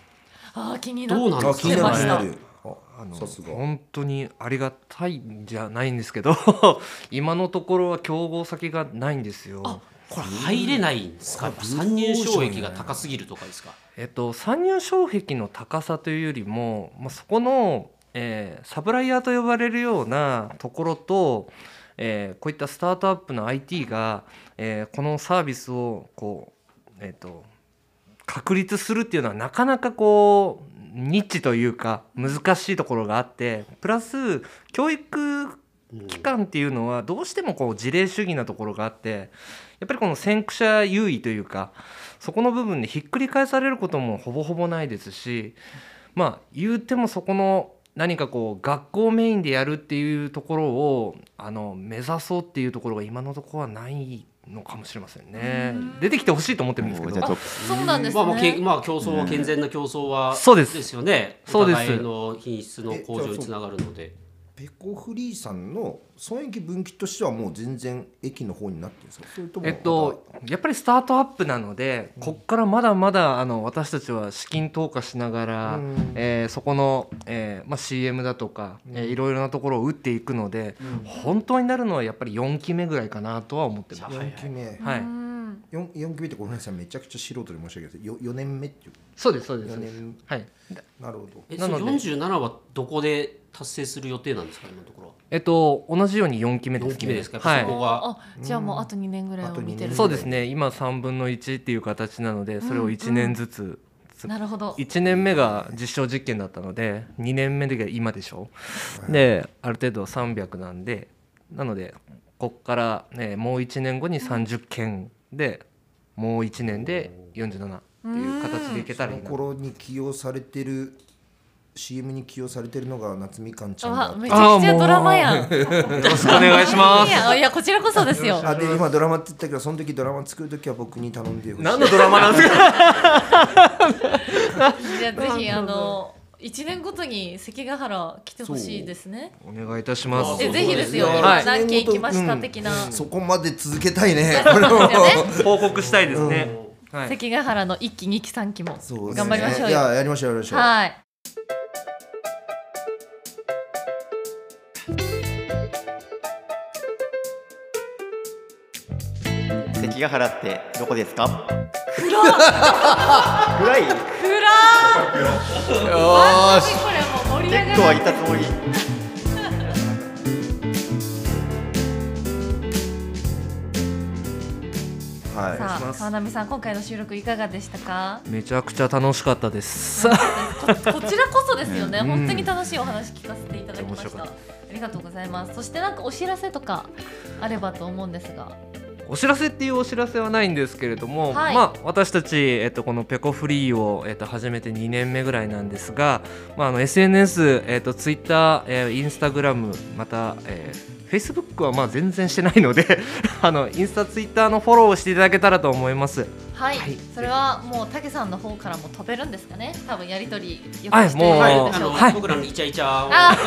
[SPEAKER 1] あー気にな
[SPEAKER 4] どう
[SPEAKER 1] る
[SPEAKER 4] なんで
[SPEAKER 3] あ
[SPEAKER 4] す
[SPEAKER 3] 気
[SPEAKER 4] か
[SPEAKER 3] になる
[SPEAKER 1] 来
[SPEAKER 3] 気
[SPEAKER 1] て
[SPEAKER 3] に
[SPEAKER 1] ま
[SPEAKER 3] な
[SPEAKER 1] した
[SPEAKER 3] るああのさすが
[SPEAKER 6] 本当にありがたいんじゃないんですけど 今のところは競合先がないんですよ。
[SPEAKER 4] これ入れないんですか、やっぱ参入障壁が高すぎるとかですか、
[SPEAKER 6] えっと、参入障壁の高さというよりも、まあ、そこの、えーサプライヤーと呼ばれるようなところと、えーこういったスタートアップの IT が、えーこのサービスをこう、えっと確立するっていうのはなかなかこうニッチというか難しいところがあってプラス教育機関っていうのはどうしてもこう事例主義なところがあってやっぱりこの先駆者優位というかそこの部分でひっくり返されることもほぼほぼないですしまあ言うてもそこの何かこう学校メインでやるっていうところをあの目指そうっていうところが今のところはないのかもしれませんね出てきてほしいと思ってるんですけ
[SPEAKER 2] じゃあ
[SPEAKER 6] ど
[SPEAKER 2] と
[SPEAKER 1] そうなんです
[SPEAKER 4] まあまあけ
[SPEAKER 1] ね
[SPEAKER 4] まあ競争は健全な競争は
[SPEAKER 6] そうです
[SPEAKER 4] ですよね
[SPEAKER 6] そうです
[SPEAKER 4] お互いの品質の向上につながるので
[SPEAKER 3] ペコフリーさんの損益分岐としてはもう全然駅の方になってるんですかそれとも
[SPEAKER 6] えっと、やっぱりスタートアップなので、こっからまだまだあの私たちは資金投下しながら、
[SPEAKER 3] うん
[SPEAKER 6] えーそこの、えーまあ、CM だとか、えーいろいろなところを打っていくので、本当になるのはやっぱり4期目ぐらいかなとは思ってます。
[SPEAKER 3] 4期目
[SPEAKER 6] は
[SPEAKER 1] う
[SPEAKER 6] い、
[SPEAKER 1] ん
[SPEAKER 3] 四四期目ってごめんなさいめちゃくちゃ素人で申し訳ないですよ四年目っていう
[SPEAKER 6] そうですそうです
[SPEAKER 3] 四年
[SPEAKER 6] はい
[SPEAKER 3] なるほど
[SPEAKER 4] え
[SPEAKER 6] な
[SPEAKER 4] そ
[SPEAKER 6] の
[SPEAKER 4] の
[SPEAKER 6] で
[SPEAKER 4] 47はどこで達成する予定なんですか今のところは
[SPEAKER 6] えっと、同じように4期目です、ね、
[SPEAKER 4] 四期目ですかやっぱ
[SPEAKER 6] は
[SPEAKER 4] そ
[SPEAKER 6] い
[SPEAKER 4] こ
[SPEAKER 1] あじゃあもうあと2年ぐらいを見てる
[SPEAKER 6] そうですね今3分の1っていう形なのでそれを1年ずつ、
[SPEAKER 1] なるほど
[SPEAKER 6] 1年目が実証実験だったので2年目で今でしょである程度300なんでなのでこっから、ね、もう1年後に30件でもう1年で47っていう形でいけた
[SPEAKER 3] そ
[SPEAKER 6] らい
[SPEAKER 3] の
[SPEAKER 6] いなと
[SPEAKER 3] 頃に起用されてる CM に起用されてるのが夏みかんちゃん
[SPEAKER 1] あ
[SPEAKER 3] だ
[SPEAKER 1] めちゃくちゃドラマやん
[SPEAKER 6] よろしくお願いしま
[SPEAKER 1] い
[SPEAKER 6] す
[SPEAKER 1] やいやこちらこそですよ
[SPEAKER 3] あで今ドラマって言ったけどその時ドラマ作る時は僕に頼んでほしい
[SPEAKER 6] 何のドラマなんですか
[SPEAKER 1] じゃあぜひあの1年ごとに関ヶ原来てほしいですね
[SPEAKER 6] お願いいたしま
[SPEAKER 4] そう
[SPEAKER 6] す
[SPEAKER 1] えぜひですよ、
[SPEAKER 4] そうですね
[SPEAKER 1] 今
[SPEAKER 6] はい
[SPEAKER 1] 何件行きました的な、
[SPEAKER 3] うんそこまで続けたいね
[SPEAKER 1] そう ですよね
[SPEAKER 6] 報告したいですね、はい、
[SPEAKER 1] 関ヶ原の1期2期3期も
[SPEAKER 3] そうです
[SPEAKER 1] 頑
[SPEAKER 3] ね
[SPEAKER 1] 張りましょう
[SPEAKER 3] い
[SPEAKER 1] よ
[SPEAKER 3] ややりましょうやりましょう
[SPEAKER 1] はい
[SPEAKER 2] 関ヶ原ってどこですか 暗い暗い
[SPEAKER 1] くら
[SPEAKER 3] よーし
[SPEAKER 1] これもう盛り上
[SPEAKER 2] 結
[SPEAKER 1] が
[SPEAKER 2] 構
[SPEAKER 1] る
[SPEAKER 2] いたつもり
[SPEAKER 3] はい
[SPEAKER 1] さあは川波さん今回の収録いかがでしたか
[SPEAKER 6] めちゃくちゃ楽しかったです。
[SPEAKER 1] ここちらこそですよね、
[SPEAKER 6] うん
[SPEAKER 1] 本当に楽しいお話聞かせていただきまし
[SPEAKER 6] 面白
[SPEAKER 1] た
[SPEAKER 6] か
[SPEAKER 1] あ
[SPEAKER 6] っ
[SPEAKER 1] りがとうございますそしてなんかお知らせとかあればと思うんですが
[SPEAKER 6] お知らせっていうお知らせはないんですけれども、
[SPEAKER 1] はい
[SPEAKER 6] まあ、私たち、えっと、このペコフリーを、えっと、始めて2年目ぐらいなんですが、まあ、あの SNS、えっと、Twitter、えー、Instagram また、えー、Facebook はまあ全然してないので あのインスタツイッターのフォローをしていただけたらと思います
[SPEAKER 1] はい、
[SPEAKER 6] はい
[SPEAKER 1] それはもうたけさんの方からも飛べるんですかね多分やり取りよくして
[SPEAKER 6] はい
[SPEAKER 1] る
[SPEAKER 6] もう
[SPEAKER 1] で
[SPEAKER 4] あ
[SPEAKER 1] し
[SPEAKER 4] の、
[SPEAKER 1] ょうか
[SPEAKER 6] はい
[SPEAKER 4] 僕らのイチャイチャを。
[SPEAKER 1] あわかり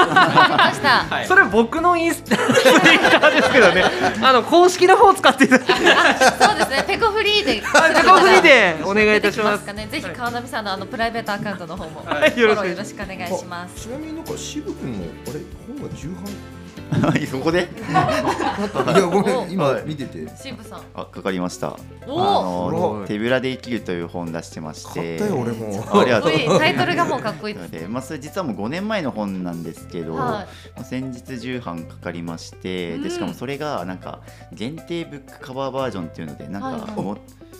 [SPEAKER 1] ました
[SPEAKER 4] はい。
[SPEAKER 6] それは僕のインスタツイッターですけどねあの公式の方を使っていただいて
[SPEAKER 1] そうですねペコフリーでペ
[SPEAKER 6] ペコフリーでお願いいたし
[SPEAKER 1] 出て
[SPEAKER 6] ま
[SPEAKER 1] き
[SPEAKER 6] す
[SPEAKER 1] かねぜひ川波さんのあのプライベートアカウントの方もフォ
[SPEAKER 4] はい
[SPEAKER 6] よろし
[SPEAKER 1] ロ
[SPEAKER 6] く
[SPEAKER 1] ーよろしくお願いします
[SPEAKER 3] ちなみになんか渋君もあれ本が重
[SPEAKER 2] そこで
[SPEAKER 3] 版 いやご
[SPEAKER 1] お
[SPEAKER 3] めん今
[SPEAKER 2] はい
[SPEAKER 3] 見てて
[SPEAKER 1] 渋さん
[SPEAKER 2] あかかりました
[SPEAKER 1] お
[SPEAKER 2] あ
[SPEAKER 1] お
[SPEAKER 2] の
[SPEAKER 6] お
[SPEAKER 2] 手ぶらで生きるという本出してまして
[SPEAKER 3] 買ったよ俺も
[SPEAKER 2] あり
[SPEAKER 1] か
[SPEAKER 2] が
[SPEAKER 1] っ
[SPEAKER 2] と
[SPEAKER 1] こ
[SPEAKER 2] う
[SPEAKER 1] いいタイトルがもうかっこいいです
[SPEAKER 2] でまあ、それ実はもう5年前の本なんですけど、
[SPEAKER 1] は
[SPEAKER 2] 先日重版かかりまして、
[SPEAKER 1] うん
[SPEAKER 2] でしかもそれがなんか限定ブックカバーバージョンっていうのでなんか、
[SPEAKER 1] はいはい
[SPEAKER 2] も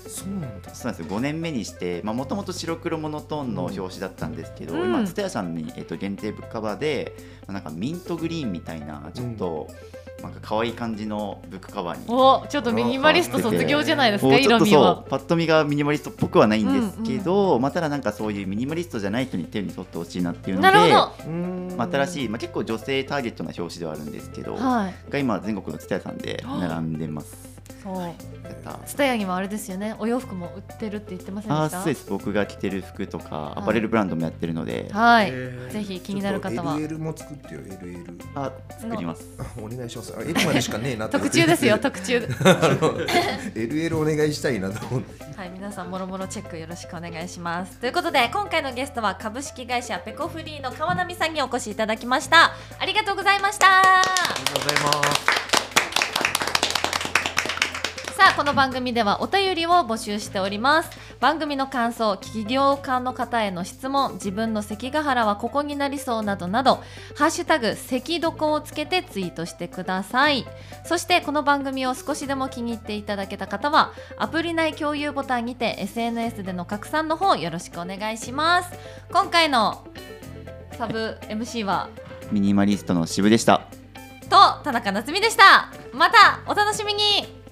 [SPEAKER 3] そうなんだ
[SPEAKER 2] そうなんですよ5年目にしてもともと白黒モノトーンの表紙だったんですけど、
[SPEAKER 1] うん
[SPEAKER 2] 今蔦屋さんに、えっと、限定ブックカバーでまあなんかミントグリーンみたいなちょっと、なんか可愛い感じのブックカバーに
[SPEAKER 1] おちょっとミニマリスト卒業じゃないです
[SPEAKER 2] も
[SPEAKER 1] か
[SPEAKER 2] うちょ
[SPEAKER 1] 色
[SPEAKER 2] っと
[SPEAKER 1] 味は
[SPEAKER 2] そうパッと見がミニマリストっぽくはないんですけど、まあ、ただなんかそういうミニマリストじゃない人に手に取ってほしいなっていうの
[SPEAKER 1] な
[SPEAKER 2] で
[SPEAKER 1] るほ
[SPEAKER 3] うーん
[SPEAKER 2] まあ、新しい、まあ、結構女性ターゲットな表紙ではあるんですけど、
[SPEAKER 1] どはい
[SPEAKER 2] が今全国の蔦屋さんで並んでます。
[SPEAKER 1] そう
[SPEAKER 2] やった
[SPEAKER 1] 蔦屋にはあれですよねお洋服も売ってるって言ってませんで
[SPEAKER 2] あー
[SPEAKER 1] した
[SPEAKER 2] そうです僕が着てる服とか
[SPEAKER 1] い
[SPEAKER 2] アパレルブランドもやってるので、
[SPEAKER 1] はい、
[SPEAKER 6] えー
[SPEAKER 1] ぜひ気になる方は
[SPEAKER 3] LL も作ってよ LL
[SPEAKER 2] あ作ります
[SPEAKER 3] あお願いしますあ L までしかねえなと 思
[SPEAKER 1] 特
[SPEAKER 3] って
[SPEAKER 1] 注です よ特注
[SPEAKER 3] LL お願いしたいなと思って
[SPEAKER 1] はい皆さんもろもろチェックよろしくお願いしますということで今回のゲストは株式会社ペコフリーの川波さんにお越しいただきましたありがとうございました
[SPEAKER 6] ありがとうございます
[SPEAKER 1] さあこの番組ではお便りを募集しております番組の感想企業家の方への質問自分の関ヶ原はここになりそうなどなどハッシュタグ関どこをつけてツイートしてくださいそしてこの番組を少しでも気に入っていただけた方はアプリ内共有ボタンにて SNS での拡散の方よろしくお願いします今回のサブ MC は
[SPEAKER 2] ミニマリストの渋でした
[SPEAKER 1] と田中夏実でしたまたお楽しみに